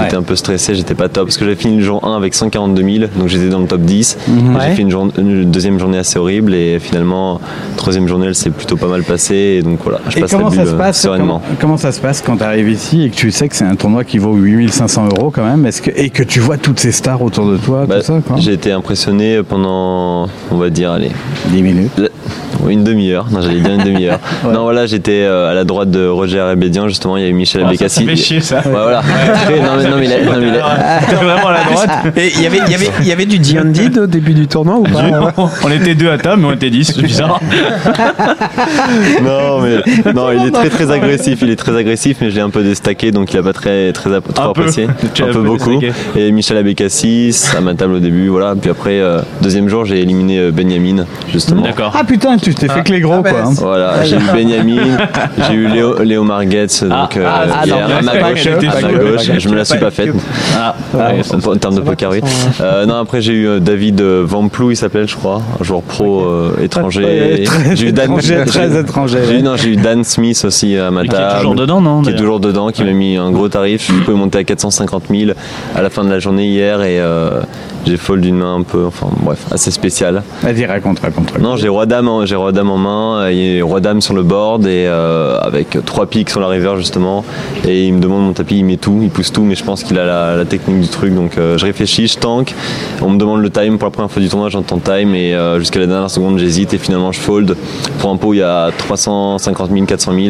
j'étais un peu stressé, j'étais pas top, parce que j'avais fini le jour 1 avec 142 000, donc j'étais dans le top 10. Mhm. Et Ouais. J'ai fait une, jour- une deuxième journée assez horrible, et finalement, troisième journée, elle s'est plutôt pas mal passée, et donc voilà, je Et passe la comment bulle ça, se euh, passe, sereinement. comment, comment ça se passe quand tu arrives ici et que tu sais que c'est un tournoi qui vaut 8500 euros quand même est-ce que, et que tu vois toutes ces stars autour de toi, Bah, tout ça quoi j'ai été impressionné pendant, on va dire, allez, 10 minutes. La- Une demi-heure, non j'allais dire <laughs> une demi-heure. Non voilà j'étais euh, à la droite de Roger Abédian justement, il y a eu Michel Ah, ça, Abécassi. ça fait chier, ça. Ouais, voilà. Après, <laughs> non, mais, non, mais il a- non, mais il a- T'es vraiment à la droite. Et il y avait, il y avait- il y avait du D&D au début du tournoi ou pas <laughs> on était deux à table, mais on était dix, Ah, c'est bizarre. Non, mais non, il est très très agressif. Il est très agressif, mais je l'ai un peu déstaqué, donc il a pas très très app- trop Un peu. apprécié, Tu un l'as peu un peu beaucoup. déstaqué. Et Michel Abécassis à ma table au début, voilà. Puis après, euh, deuxième jour, j'ai éliminé euh, Benjamin justement. D'accord. Ah putain, tu t'es fait que les gros bah, quoi. hein. Voilà, j'ai eu Benjamin, j'ai eu Léo, Léo Marguet, donc euh, ah, ah, hier, non, à ma pas gauche, que, à pas ma que. gauche, je me la suis pas faite. Ah, ouais, ça- En, en termes de poker, oui. Euh, non, après, j'ai eu euh, David euh, Vamplou, il s'appelle, je crois, un joueur pro euh, étranger. Ouais, très J'ai eu Dan- étranger, très j'ai- étranger, j'ai eu- ouais. Non, j'ai eu Dan Smith aussi à ma Et qui table. est toujours dedans, non Qui est d'ailleurs toujours dedans, qui m'a mis un gros tarif. Je peux monter à 450 000 à la fin de la journée hier et euh, j'ai fold d'une main un peu, enfin bref, assez spéciale. Vas-y, raconte, raconte. raconte. Non, j'ai roi dame, en- j'ai roi dame en main, et roi dame sur le board et euh, avec trois piques sur la river justement. Et il me demande mon tapis, il met tout, il pousse tout, mais je pense qu'il a la, la technique du truc. Donc euh, je réfléchis, je tank. On me demande le time pour la première fois du tournoi, j'entends time et euh, jusqu'à la dernière seconde j'hésite et finalement je fold. Pour un pot il y a 350 000, 400 000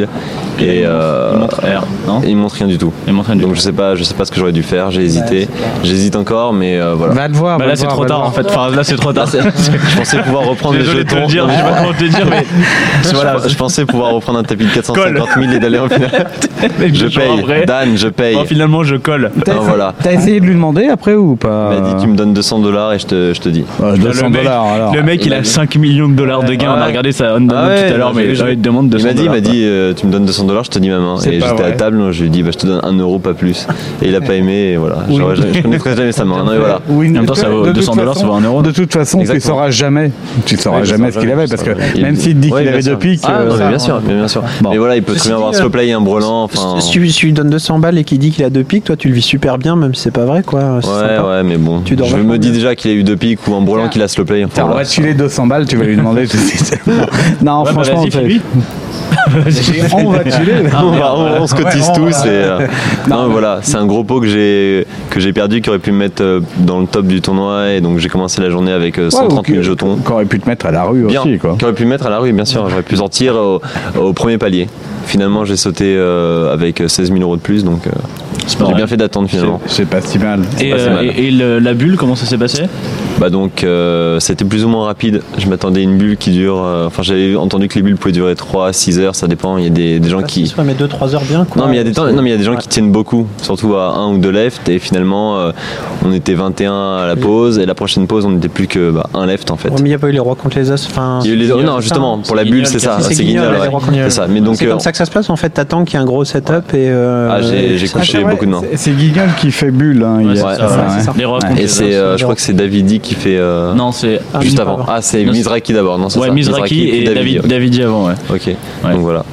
et euh, Il montre Ah, R, non il montre rien du tout. Il montre rien du Donc tout. je sais pas, je sais pas ce que j'aurais dû faire. J'ai hésité, j'hésite encore, mais euh, voilà. Va le voir. Bah va là le c'est voir, trop va le tard en voir. fait. Enfin là c'est trop tard. Je pensais pouvoir reprendre les Désolé de te jetons. le dire, mais je sais pas comment te le dire, mais Je, je pensais pouvoir reprendre un tapis de 450 000 et d'aller en finale. <laughs> Je deux jours après. paye. Dan, je paye. Bon, finalement je colle. T'as Ah, essayé- voilà. T'as essayé de lui demander après ou pas Bah, Il m'a dit tu me donnes 200 dollars et je te, je te dis. Ouais, 200 le mec, dollars alors. le mec, il a 5 millions de dollars de gains. On a Ouais. regardé ça on Ah ouais, tout à l'heure, non, j'ai- mais j'avais de demande de Il m'a dit, il m'a dit euh, tu me donnes 200 dollars, je te dis ma main. C'est Et pas j'étais à vrai. table, moi, je lui ai dit bah, je te donne 1 euro, pas plus. Et il a pas aimé, et voilà. J'aurais- Je ne connaîtrais jamais sa main. Non, et voilà. Oui, En même de- temps, ça vaut de toute 200 dollars, façon- ça vaut un euro. De toute façon, tu ne Exactement. sauras jamais. Tu ne sauras Ouais, jamais je ce qu'il sais avait jamais, parce je sais que jamais. même Il- s'il dit Ouais, qu'il bien avait sûr. deux piques. Ah, euh, non, mais ça- bien sûr, mais bien sûr. Mais voilà, il peut très bien avoir euh, slow play, un brelan. Enfin, Si tu, si tu lui donnes 200 balles et qu'il dit qu'il a deux pics, toi tu le vis super bien, même si c'est pas vrai quoi. C'est ouais, sympa. ouais, mais bon. Tu dors Je vachement me dis bien. déjà qu'il a eu deux piques ou un brelan qu'il a slow play. Enfin, Tiens, on voilà. va te filer 200 balles, tu vas lui demander tout de suite. Non, franchement, franchement, on fait- <laughs> on on va te filer. on, va- on- on se cotise tous <laughs> et euh, non, mais voilà c'est un gros pot que j'ai que j'ai perdu qui aurait pu me mettre euh, dans le top du tournoi et donc j'ai commencé la journée avec euh, 130 000 jetons Qu'on aurait pu te mettre à la rue bien aussi, quoi. qui aurait pu me mettre à la rue bien sûr j'aurais pu sortir au, au premier palier finalement j'ai sauté euh, avec 16 000 euros de plus donc euh, pas j'ai mal. bien fait d'attendre C'est- finalement C'est pas si mal. Et, pas si euh, mal. et- et le- la bulle, comment ça s'est passé Bah donc euh, c'était plus ou moins rapide. Je m'attendais à une bulle qui dure. euh, Enfin j'avais entendu que les bulles pouvaient durer 3, 6 heures, ça dépend. Il y a des, des gens Ah, qui. si, ouais, mais 2-3 heures bien quoi. Non mais il y a des temps- C'est- non mais il y a des gens qui tiennent beaucoup, surtout à un ou deux left et finalement euh, on était 21 à la pause et la prochaine pause on n'était plus que bah, un left en fait. Ouais, Oh, mais il n'y a pas eu les rois contre les as. Enfin, Il y a eu les- c'est- hein. non justement c'est- pour la Guignol, bulle c'est ça, c'est c'est Guignol, Guignol, les rois ouais. Guignol. c'est ça. Mais donc C'est euh, comme ça que ça se passe en fait. T'attends qu'il y ait un gros setup et. euh, ah, j'ai j'ai c'est- couché beaucoup de mains. C'est- C'est Guignol qui fait bulle. hein, il y a- c'est ça, ça, ouais. Les rois contre Et les c'est as. euh, je crois que c'est Davidi qui fait euh, Non, c'est. Ah, juste Mizrahi avant. avant. Ah c'est Non, c'est- Mizraki d'abord non c'est Ouais, ça. Mizraki puis et David, Davidi, Davidi avant, ouais. Ok. Donc voilà.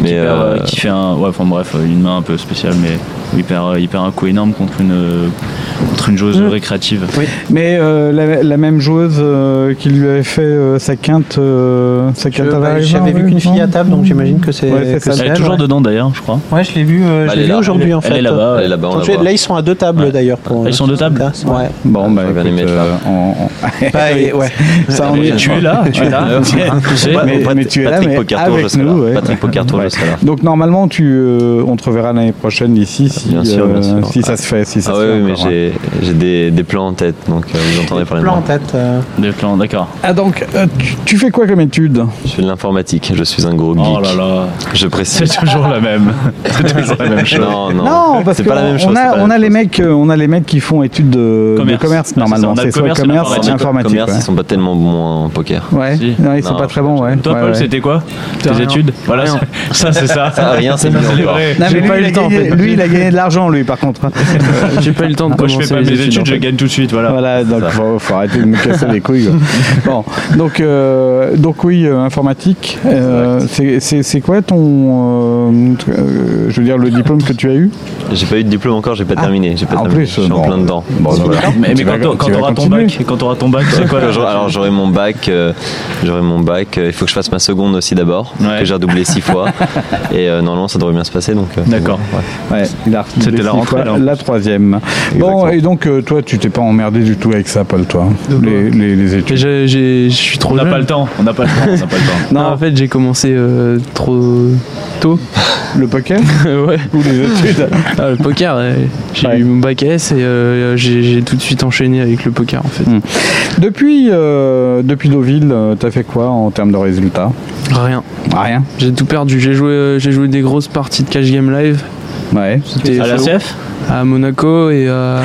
Mais, qui, perd, euh, euh, qui fait un, ouais, enfin bref, une main un peu spéciale, mais il perd, il perd un coup énorme contre une, contre une joueuse Mm. récréative. Mais euh, la, la même joueuse euh, qui lui avait fait euh, sa quinte, euh, sa Je- quinte à bah, la J'avais Varese, vu qu'une non fille à table, donc j'imagine que c'est. Ouais, c'est que ça. c'est Elle est toujours ouais. dedans d'ailleurs, je crois. Ouais, je l'ai vu, euh, je Elle l'ai est vu là. aujourd'hui en fait. Elle est là-bas. Elle est là-bas, on Donc, je- la voit. là, ils sont à deux tables Ouais. d'ailleurs. pour- euh, Ah, ils sont deux tables Ouais. Bon, bah, Faut bien écoute, les mettre là. euh, on- on- Bah, et- ouais. ça, on mais y est. tu es là, tu es là. Tu sais, Ouais, mais- Pat- mais tu es là, Patrick mais Pocarton, je avec serai là. nous, ouais. Patrick Pocarton, je Ouais. serai là. Donc normalement, tu, euh, on te reverra l'année prochaine ici, si, euh, Bien sûr, bien sûr. si ça se fait, si ça Ah se oui, fait oui, mais encore, hein. j'ai j'ai des, des plans en tête, donc euh, vous entendrez parler de Plan en moi. tête. euh, Des plans, d'accord. Ah donc, euh, tu, tu fais quoi comme étude Je fais de l'informatique, je suis un gros geek. Oh là là, Je précise. c'est toujours la même. C'est toujours la même chose. <laughs> Non, non, parce c'est qu'on pas la même chose. on c'est a, pas la on a même les chose. mecs, euh, on a les mecs qui font études de de commerce, Commerce. Ah, c'est ça, normalement. on a C'est le soit commerce et commerce, l'informatique. soit Les informatique. commerces, ils sont pas tellement bons en poker. Ouais, ouais. Si. Non, ils sont Non, pas très bons, ouais. Toi, Ouais, Paul, ouais. c'était quoi Tes rien. études Voilà, Rien. c'est- <laughs> ça, c'est ça. Ah, rien, c'est mieux <laughs> C'est encore. vrai. Non, mais J'ai lui, pas eu il a le temps, en gagné- fait. lui, il a gagné de l'argent, lui, par contre. J'ai pas eu le temps de Moi, je commencer fais pas les mes études, en je fait. gagne tout de suite, voilà. Voilà, donc ça. faut, faut arrêter de me casser les couilles. quoi. Bon, donc, euh, donc oui, euh, informatique. euh, c'est- c'est c'est quoi ton, euh, euh, je veux dire, le diplôme que tu as eu J'ai pas eu de diplôme encore, j'ai pas Ah. terminé. J'ai pas Ah, en terminé. plus, je suis bon. en plein dedans. Bon, voilà. Mais, Tu mais vas- quand, tu quand vas t'auras ton continuer. bac, quand t'auras ton bac, c'est quoi Que j'aurai- Alors j'aurai mon bac, euh, j'aurai mon bac. euh, il faut que je fasse ma seconde aussi d'abord, Ouais. que j'ai redoublé <laughs> six fois. Et euh, normalement ça devrait bien se passer donc. euh, c'est D'accord. bon, ouais. Ouais, il a C'était retrouvé la six rentrée, fois là, en La troisième. Bon, Exactement. et donc, euh, toi, tu t'es pas emmerdé du tout avec ça, Paul, toi hein, Les, les, les Mais études j'ai- j'ai- Je suis trop On n'a jeune. pas le temps, on n'a pas le temps, on n'a pas le temps. Non, en fait, j'ai commencé euh, trop tôt. <laughs> Le poker ouais. ou les études Ah, le poker, ouais. j'ai Ouais. eu mon bac S et euh, j'ai j'ai tout de suite enchaîné avec le poker en fait. Depuis, euh, depuis Deauville, euh, t'as fait quoi en termes de résultats Rien. Rien. J'ai tout perdu. J'ai joué, euh, j'ai joué des grosses parties de cash game live. Ouais. C'était À la CF à Monaco et à.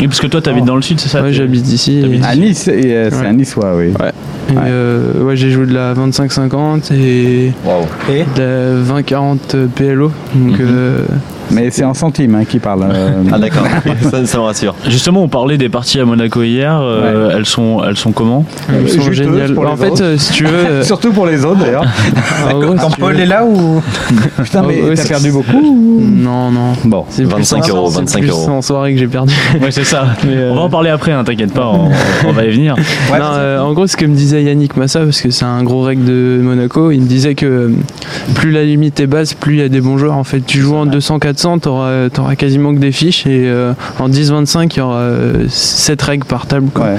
Oui, parce que toi, t'habites dans le sud, c'est ça Ouais, t'es- j'habite ici. Et, À Nice, et, euh, c'est Ouais. un Niçois, oui. et, euh, ouais, j'ai joué de la 25-50 et Et de la 20-40 PLO. Donc, euh, Mais c'est en centimes hein, qui parle. euh, Ah d'accord. <laughs> ça, ça me rassure. Justement, on parlait des parties à Monaco hier. euh, Elles sont, elles sont comment ils Euh, sont juteuse géniales. pour les En fait, autres. euh, si tu veux. <laughs> euh, Surtout pour les autres, d'ailleurs. en gros, si quand tu veux- Paul est là ou <laughs> Putain, mais Ouais, t'as c'est- perdu beaucoup Non, non. Bon. C'est plus 25 en- euros, c'est 25 plus euros. en soirée que j'ai perdu. Oui, c'est ça. On va en parler après, hein, t'inquiète pas, on, on va y venir. Ouais, Non, euh, en gros, ce que me disait Yannick Massa, parce que c'est un gros règle de Monaco, il me disait que euh, plus la limite est basse, plus il y a des bons joueurs. En fait, tu joues en 200-400, t'auras, t'auras quasiment que des fiches, et euh, en 10-25, il y aura 7 règles par table. Quoi. Ouais.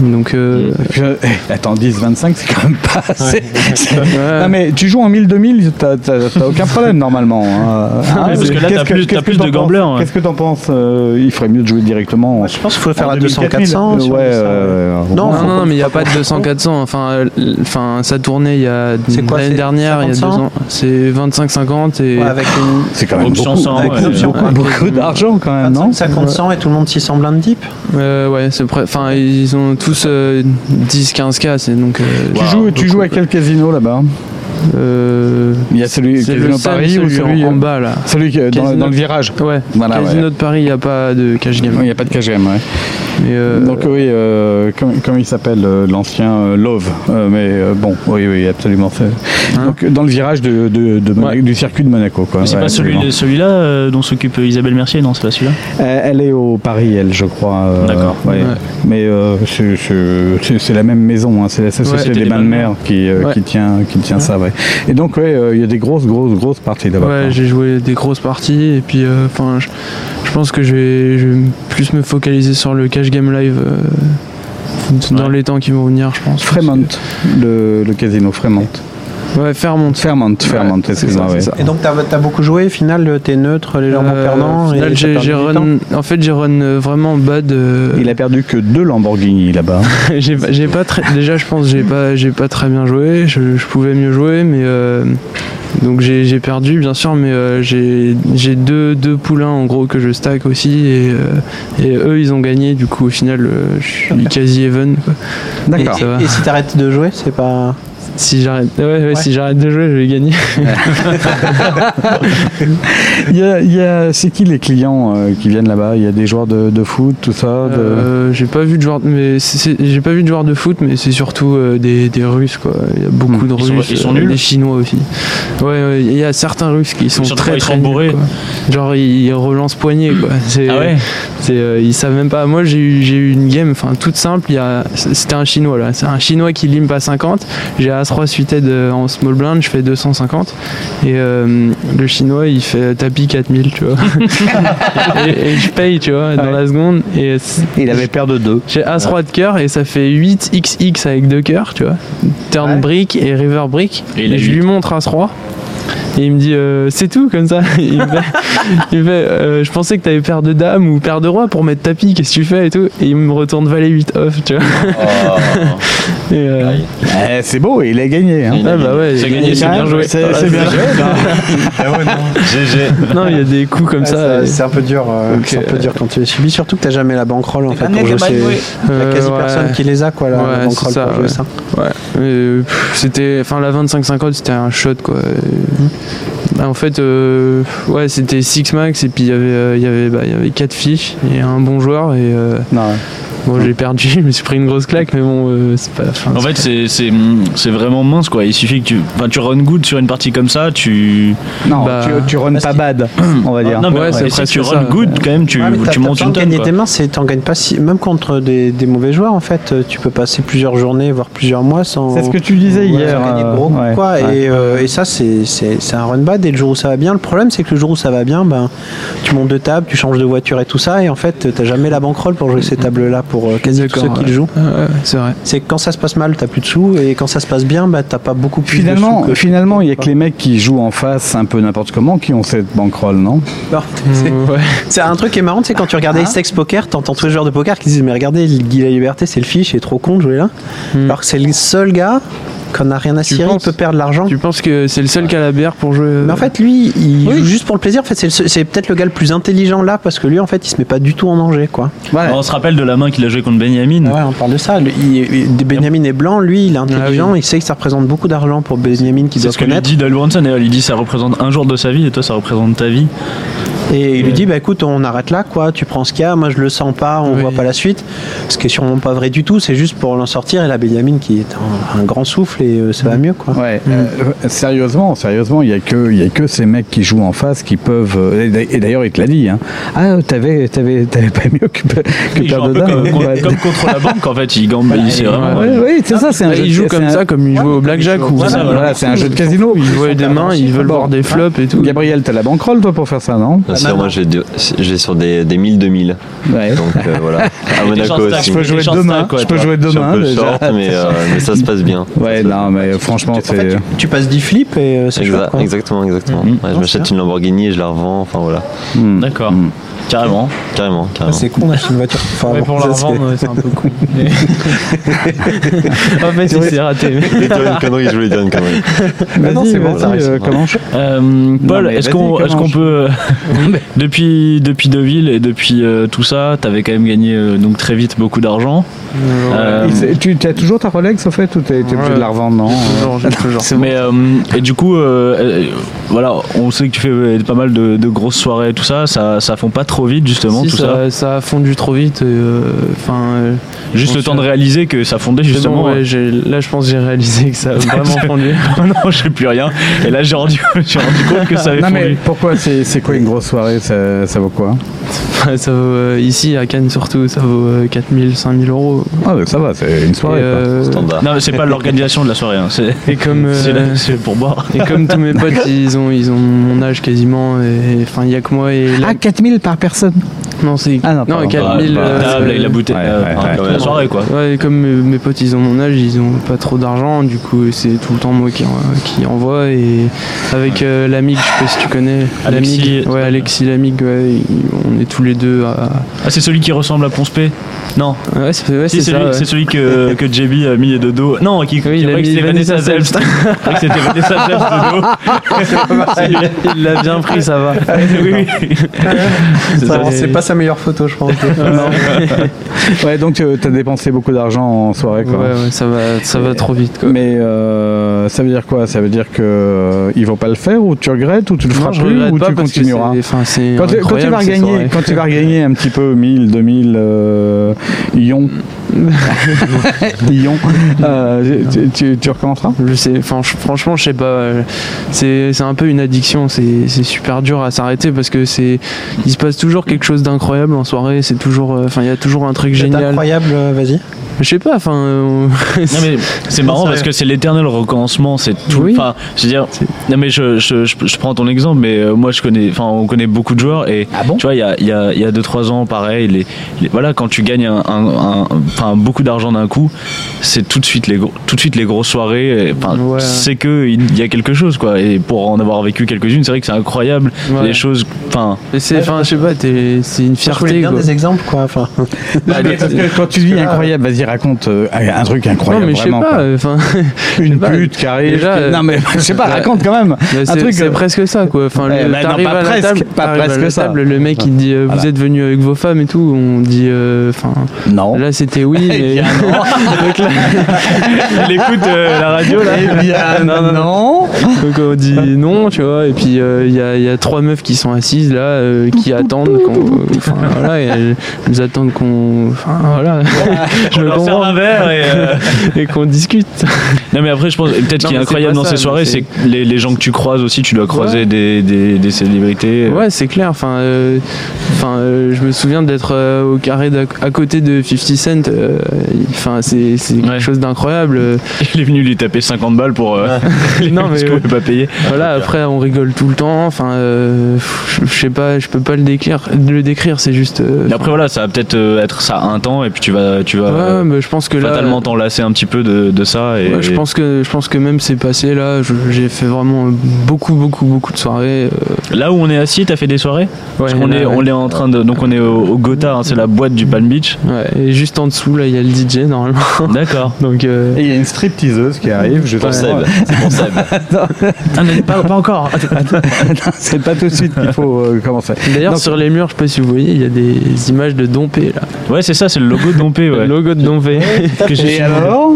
Donc, euh, Et puis, euh, eh, attends, 10, 25, c'est quand même pas assez. C'est- ouais. Non mais tu joues en 1000-2000, t'as- t'as t'as aucun problème normalement. hein. Hein, parce c'est- que là, qu'est-ce t'as plus- qu'est-ce t'as plus t'en de penses gamblers, hein. Qu'est-ce que t'en penses euh, Il ferait mieux de jouer directement. en- Je pense qu'il faut faire en à 2000, 200-400. Ouais, sur les salles. euh, Non, on- Non, non, non, mais il n'y a pas de 200-400. Enfin, euh, l- enfin, ça tournait il y a C'est quoi, l'année c'est dernière, il y a deux 55? ans. C'est 25-50 et Ouais, avec une c'est quand même Option beaucoup, 100, beaucoup, ouais. beaucoup, Ouais. beaucoup d'argent quand même, Ah, non 50-100 et tout le monde s'y semble un deep. euh, ouais, c'est près- Enfin, ils ont tous euh, 10-15K, c'est donc. euh, Tu joues, tu joues à quel casino là-bas euh, Il y a celui C'est Casino le Paris Paris ou en, celui en bas là. celui qui est dans, Casino- dans le virage. Ouais. Voilà, Casino ouais. de Paris, il n'y a pas de cash game. Il n'y a pas de KGM, ouais. Mais, euh, Donc oui, euh, comme, comme il s'appelle euh, l'ancien euh, Love, euh, mais euh, bon, oui, oui, absolument. c'est- Donc dans le virage de, de- de Mona- Ouais. du circuit de Monaco, quoi. Mais c'est Ouais, pas absolument. celui, celui-là euh, dont s'occupe Isabelle Mercier, non, c'est pas celui-là Euh, Elle est au Paris, elle, je crois. euh, D'accord. ouais. Ouais. Mais euh, c'est- c'est c'est- c'est la même maison, hein, c'est la société des Ouais. bains de mer qui, euh, Ouais. qui tient, qui tient ça, ouais. Et donc ouais, euh, il y a des grosses, grosses, grosses parties là-bas. ouais, quoi. j'ai joué des grosses parties et puis euh, enfin je, je pense que je vais, je vais plus me focaliser sur le cash game live euh, dans Ouais. les temps qui vont venir, je pense. Fremont, le, le casino Fremont. Ouais, Fairmont. Fairmont, Fairmont, c'est excuse-moi. ça, c'est ouais. ça. Et donc t'as as beaucoup joué, au final t'es neutre, les gens vont Euh, perdant. au final, et t'as j'ai- perdu j'ai du temps. run- en fait, j'ai run euh, vraiment euh, bas de. Il a perdu que deux Lamborghini <laughs> là-bas. j'ai pas- j'ai pas très- déjà je pense que j'ai pas j'ai pas très bien joué je, je pouvais mieux jouer mais euh, donc j'ai j'ai perdu bien sûr mais euh, j'ai j'ai deux deux poulains en gros que je stack aussi et, euh, et eux ils ont gagné du coup au final euh, je suis quasi even quoi. Et- D'accord. ça va. Et, et si t'arrêtes de jouer, c'est pas. Si j'arrête ouais, ouais, si j'arrête de jouer, je vais gagner. Il y a- il y a- c'est qui les clients euh, qui viennent là-bas Il y a des joueurs de, de foot, tout ça. de- Euh, j'ai pas vu de joueur mais c'est- c'est- j'ai pas vu de joueur de foot mais c'est surtout euh, des, des Russes quoi. Il y a beaucoup de Hmm. Ils sont- Russes, ils sont euh, nuls des Chinois aussi. Ouais, ouais, il y a certains Russes qui sont Surtout quand très ils très sont nuls, bourrés. quoi. Genre ils, ils relancent poignet quoi. C'est- Ah ouais c'est, euh, ils savent même pas. Moi j'ai eu j'ai eu une game enfin toute simple, il y a- c'était un Chinois là, c'est un Chinois qui limpe à 50. J'ai as 3 suited euh, en small blind, je fais 250 et euh, le Chinois il fait euh, tapis 4000 tu vois. Ah. et, et je paye tu vois dans la seconde et c'est- Il avait peur de deux. j'ai As roi de cœur et ça fait 8 XX avec deux cœurs, tu vois. Turn brick et river brick. Et Et, il a je huit. lui montre As roi. Et il me dit euh, c'est tout comme ça. <laughs> il me fait, il me fait, euh, je pensais que t'avais paire de dame ou paire de roi pour mettre tapis, qu'est-ce que tu fais et tout. Et il me retourne valet 8 off, tu vois. Oh. <laughs> Et, euh, Eh, c'est beau, il a gagné. hein. ah bah ouais, C'est Ah, gagné, il- c'est il- bien joué. C'est c'est bien joué. GG. Non, il y a des coups comme Ouais, ça. ça, et- c'est un peu dur, euh, Donc, c'est un peu euh, dur quand tu les subis, surtout que t'as jamais la bankroll en fait pour jouer. ces- Il y a Euh, quasi ouais. personne qui les a quoi la, la Ouais, bankroll c'est ça, pour jouer ouais. ça. Ouais. Euh, pff, c'était, enfin la 25-50 c'était un shot quoi. Et, bah, en fait, euh, ouais c'était 6 max et puis il y avait, euh, il y avait, bah, il y avait 4 fiches et un bon joueur et euh, Non, ouais. bon j'ai perdu, <laughs> je me suis pris une grosse claque mais bon euh, c'est pas. enfin, En c'est- fait, c'est- c'est c'est vraiment mince quoi. Il suffit que tu, enfin, tu run good sur une partie comme ça, tu. Non, Bah, tu, tu runs pas <clears throat> bad, on va Ah, dire. Non, mais Ouais, c'est et si presque tu ça. run good quand même, tu, Ouais, Ah, mais t'as- tu t'as montes pas une de tonne. gagner quoi. tes mains, c'est t'en gagnes pas si même contre des, des mauvais joueurs en fait, euh, tu peux passer plusieurs journées voire plusieurs mois sans. C'est ce que tu disais Ouais, hier. sans gagner de gros euh, ouais, quoi. ouais. Et, euh, et ça c'est c'est c'est un run bad et le jour où ça va bien, le problème c'est que le jour où ça va bien, ben tu montes de table, tu changes de voiture et tout ça et en fait t'as jamais la bankroll pour jouer ces tables là pour euh, quasi tous d'accord, ceux qui le ouais. jouent. Ah, Ouais, c'est vrai. C'est que quand ça se passe mal, t'as plus de sous, et quand ça se passe bien, bah, t'as pas beaucoup plus Finalement, de sous. que- finalement, il y a que les mecs qui jouent en face un peu n'importe comment qui ont cette bankroll, non Non, c'est- Ouais. C'est un truc qui est marrant, c'est quand tu Ah. regardais Sex Poker, t'entends tous les joueurs de poker qui disent Mais regardez, Guy La Liberté, c'est le fiche, il est trop con de jouer là. Hmm. Alors que c'est le seul gars qu'on a rien à cirer, il penses peut perdre de l'argent. Tu penses que c'est le seul qui a la bière pour jouer euh, Mais en fait, lui, il Oui. joue juste pour le plaisir. En fait, c'est le seul- c'est peut-être le gars le plus intelligent là, parce que lui, en fait, il se met pas du tout en danger, quoi. Alors, on se rappelle de la main qu'il a joué contre Benjamin. Hmm. Ouais, on parle de ça. Le- il- il- Benjamin est blanc, lui, il est intelligent, Ah oui. il sait que ça représente beaucoup d'argent pour Benjamin qui C'est doit ce que lui connaître. dit Doyle Bronson, d'ailleurs, il dit ça représente un jour de sa vie et toi ça représente ta vie. Et il lui dit, bah écoute, on arrête là, quoi. Tu prends ce qu'il y a. Moi, je le sens pas. On Oui. voit pas la suite. Ce qui est sûrement pas vrai du tout. C'est juste pour l'en sortir. Et la Benjamin qui est un, un grand souffle et euh, ça va mieux, quoi. Ouais, euh, sérieusement, sérieusement, il y a que il y a que ces mecs qui jouent en face qui peuvent. euh, et d'a- Et d'ailleurs, il te l'a dit. Hein. Ah, t'avais t'avais t'avais pas mieux que, pe- que Il joue perdre un de peu dame. comme, Ouais. comme contre la banque en fait, il gamble, il- c'est vraiment. Ouais, ouais, c'est ça, c'est un Bah, jeu. il joue c'est comme un- ça, comme il joue au blackjack ou Voilà, voilà, c'est un jeu de casino. Ils voient des mains, ils veulent Bon. voir des flops et tout. Gabriel, t'as la banquerolle toi pour faire ça, non Bien sûr, moi j'ai deux- j'ai sur des, des 1000-2000. Ouais. Donc euh, voilà. <laughs> À des Monaco short stacks, aussi. Je peux jouer Chance demain. stack, quoi, je peux toi. jouer Je suis un demain. peu déjà. short, mais, euh, mais ça se passe bien. Ouais, non, mais franchement, En fait, c'est. tu, tu passes 10 flips et euh, c'est Exact- chouette, quoi. exactement, exactement. Mhm. Ouais, je m'achète une Lamborghini et je la revends. Enfin voilà. Hmm. D'accord, carrément. Carrément, carrément. C'est con, on achète une voiture. Enfin, Ouais, bon, pour la ça, c'est- revendre, ouais, c'est un peu con. <laughs> Mais- <laughs> en fait, il s'est raté. Je voulais dire une connerie, je voulais dire une connerie. Vas-y, non, c'est bon, vas-y, ça arrive, euh, ça. comment je- Euh, Paul, mais est-ce vas-y, qu'on est comment qu'on je- peut. euh, <laughs> depuis, depuis Deauville et depuis euh, tout ça, t'avais quand même gagné euh, donc très vite beaucoup d'argent. Euh, Il s'est- Tu as toujours ta Rolex au fait ou t'es t'es obligé de la revendre <laughs> non Toujours, j'ai toujours. Mais euh, et du coup, euh, euh, voilà, on sait que tu fais euh, pas mal de, de grosses soirées, et tout ça, ça, ça fond pas trop vite justement, Si, tout ça. ça, ça a fondu trop vite. et, euh, Enfin, euh, Juste on le temps de fait- réaliser que ça fondait justement. ouais, j'ai- là, je pense que j'ai réalisé <laughs> que ça a vraiment fondu. Oh <laughs> non, je sais plus rien. Et là, j'ai rendu, <laughs> j'ai rendu compte que ça avait Non fondu. mais pourquoi c'est c'est quoi une grosse soirée ça, ça vaut quoi Ouais, ça vaut, euh, ici, à Cannes surtout, ça vaut euh, 4000, 5000 euros. Ah mais ça va, c'est une Et, soirée. quoi. euh, Standard. Non, mais bah, c'est pas l'organisation de la soirée. hein, C'est et comme. <laughs> euh, c'est la- c'est pour boire. et comme tous <laughs> mes potes, ils ont, ils ont mon âge quasiment, et enfin, il n'y a que moi et là. Ah 4000 par personne. non, c'est. ah, non, pardon. 4000. la euh, table et la bouteille. ouais, euh, ouais, enfin, ouais. La soirée, quoi. Ouais, et comme mes mes potes ils ont mon âge, ils ont pas trop d'argent, du coup c'est tout le temps moi qui, en- qui envoie et avec euh, l'ami que euh, je sais pas si tu connais, l'ami Alexis- ouais, Alex- Xilamic, ouais, il- on est tous les deux à. Ah, c'est celui qui ressemble à Ponce P Non, Ouais, c'est ouais, Si, Ah, c'est c'est ça. lui- ouais. c'est celui que, euh, que JB a mis de dos. Non, qui, Oui, qui il a vrai que mis c'est Vanessa Zelst. <laughs> C'est vrai que c'était Vanessa Zelst de dos. <laughs> il l'a bien pris, ça va. <laughs> Oui, oui. C'est Ça, ça, C'est et- pas sa meilleure photo, je pense. Ouais, donc euh, t'as dépensé beaucoup d'argent en soirée, Ouais, quoi. ouais, ça va, ça va trop vite. Quoi. Mais euh, ça veut dire quoi Ça veut dire que euh, ils vont pas le faire ou tu regrettes ou tu le feras Non, je plus regrette ou pas tu parce que continueras c'est- enfin, c'est quand, tu- quand tu incroyable, vas ces regagner, soirées. quand tu vas regagner un petit peu 1000, 2000 euh, <laughs> ions, ions, euh, tu, tu- tu recommenceras Je sais, enfin, je- franchement, je sais pas. euh, C'est c'est un peu une addiction. C'est c'est super dur à s'arrêter parce que c'est, il se passe toujours quelque chose d'incroyable en soirée. C'est toujours, euh, enfin, il y a toujours un truc C'est génial. incroyable, euh, vas-y. Je sais pas. Enfin, euh, Non, mais c'est marrant parce que c'est l'éternel recommencement, c'est tout. Oui. Enfin, je veux dire, non mais je, je, je, je prends ton exemple, mais euh, moi je connais, enfin, on connaît beaucoup de joueurs et Ah tu vois, il y a, il y, a, il y a deux trois ans, pareil, les, les- voilà, quand tu gagnes un, un- un- enfin, beaucoup d'argent d'un coup, c'est tout de suite les gros- tout de suite les grosses soirées. et, Enfin, Ouais. c'est que il y a quelque chose quoi. Et pour en avoir vécu quelques-unes, c'est vrai que c'est incroyable. Ouais. Les choses, enfin, <laughs> mais <laughs> c'est, enfin, je sais pas. t'es- C'est une Je voulais fierté. bien quoi. des exemples, quoi. Enfin, Bah, Non, mais parce que Quand tu dis incroyable, vas-y raconte euh, un truc Non, incroyable. mais je sais vraiment, quoi. pas. euh, Enfin, Une pas, pute qui arrive. déjà, qui- euh, Non mais <laughs> je sais pas, bah, raconte quand même. Bah, <laughs> un <laughs> C'est truc. c'est euh, presque ça quoi. Enfin, Eh le- ben non, t'arrives pas à la presque, table, pas t'arrives à presque la ça. table, le mec il dit euh, Voilà. vous êtes venu avec vos femmes et tout, on dit euh, enfin Non. là <laughs> c'était oui mais <laughs> Donc là, il écoute euh, la radio là. Eh bien, non, non. <laughs> donc, on dit non tu vois et puis euh, il y, a- il y a trois meufs qui sont assises là euh, qui attendent qu'on enfin voilà et elles nous attendent qu'on enfin voilà <laughs> je On le leur sert comprends un verre et. euh, <laughs> et qu'on discute. Non mais après je pense et peut-être Non, qu'il est mais c'est incroyable pas dans ça, ces mais soirées c'est- c'est que les, les gens que tu croises aussi tu dois croiser des, des, des célébrités Ouais, c'est clair. Enfin, euh, enfin, euh, je me souviens d'être euh, au carré d'à- à côté de 50 Cent. euh, il- Enfin, c'est c'est quelque Ouais. chose d'incroyable. <laughs> euh, <laughs> il est venu lui taper 50 balles pour euh, <laughs> Non, parce mais qu'il ouais. pouvait pas payer <laughs> voilà. Après, on rigole tout le temps. Enfin, euh, je, je sais pas, je peux pas le décrire. Le décrire, c'est juste. euh, Et après voilà ça va peut-être euh, être ça un temps et puis tu vas tu vas ouais, euh, mais je pense que là. fatalement t'enlacer un petit peu de, de ça et Ouais, je pense que je pense que même c'est passé là. Je- J'ai fait vraiment beaucoup beaucoup beaucoup de soirées. euh, là où on est assis t'as fait des soirées Ouais, parce qu'on là, est on ouais. est en train de donc on est au, au Gotha hein, c'est la boîte du Palm <laughs> Beach euh, ouais. Et juste en dessous là, il y a le DJ normalement. <laughs> d'accord Donc euh, Et il y a une stripteaseuse qui arrive. Je Pour Seb, c'est pour Seb. pas, encore <laughs> C'est pas tout de suite qu'il faut euh, commencer. d'ailleurs Donc- sur les murs, je sais pas si vous voyez, il y a des images de Dompé là. ouais c'est ça c'est le logo de Dompé Le ouais. logo de Dompé. <laughs> Que j'ai filmé. alors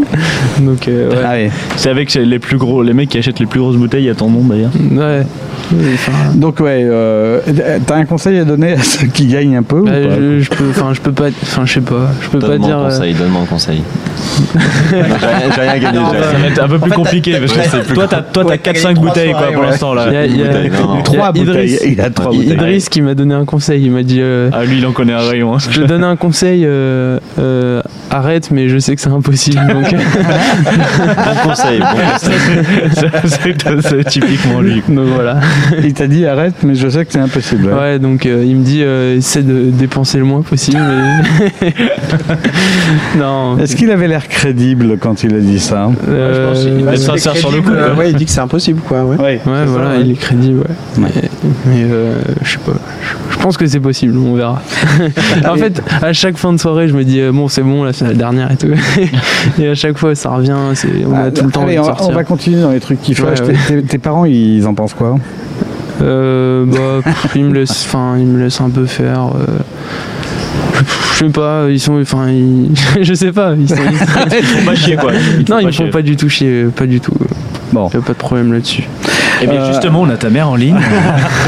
Donc, euh, ouais. Ah oui. c'est avec les plus gros les mecs qui achètent les plus grosses bouteilles à ton nom d'ailleurs Ouais. Oui, enfin, Donc ouais, euh, t'as un conseil à donner à ceux qui gagnent un peu ou bah, pas je, je peux, enfin, je peux pas, enfin, je sais pas, je peux pas Donne-moi dire. un euh, conseil, donne-moi <laughs> un conseil. J'ai rien j'ai rien gagné Non, déjà. Ça va être un peu plus fait, compliqué parce que c'est- toi t'as toi t'as ouais, t'as 4 gagné 5 trois bouteilles quoi soirées, pour ouais. l'instant là. Il y a, il y a- Bouteille, <laughs> non, non. il y a Trois bouteilles. Idriss, Il a trois Il- bouteilles. Idriss qui m'a donné un conseil. Il m'a dit, euh, Ah lui il en connaît un rayon. hein. je te donne un conseil, euh, euh, arrête, mais je sais que c'est impossible. Donc, Bon conseil, bon conseil. C'est- c'est c'est typiquement lui. <laughs> donc voilà. Il t'a dit arrête, mais je sais que c'est impossible. Ouais, donc euh, il me dit, euh, essaie de dépenser le moins possible. mais- <laughs> non. Est-ce qu'il avait l'air crédible quand il a dit ça Ouais, euh, je pense qu'il va ouais, se faire- sincère sur le coup, Crédible, euh, quoi. ouais, il dit que c'est impossible, quoi. Ouais. Oui. ouais, voilà, il est crédible, ouais. Ouais. Mais, mais, euh, je sais pas, je- je pense que c'est possible, on verra. en fait, à chaque fin de soirée, je me dis, euh, bon, c'est bon, là, c'est la dernière et tout. <laughs> et à chaque fois, ça revient, c'est- on a tout le temps envie Bah, Ah, Allez, de on, on sortir. va continuer dans les trucs qui Ouais, fâchent. ouais. Tes, tes- tes parents, ils en pensent quoi Euh, bah, pff, ils me laissent, enfin, ils me laissent un peu faire. euh, je- Je sais pas, ils sont, enfin, ils- <laughs> je sais pas. Ils sont, Ils font pas chier quoi. <laughs> non, ils me font pas du tout chier, pas du tout. <laughs> Bon. Y a pas de problème là-dessus. Et Eh bien justement on a ta mère en ligne.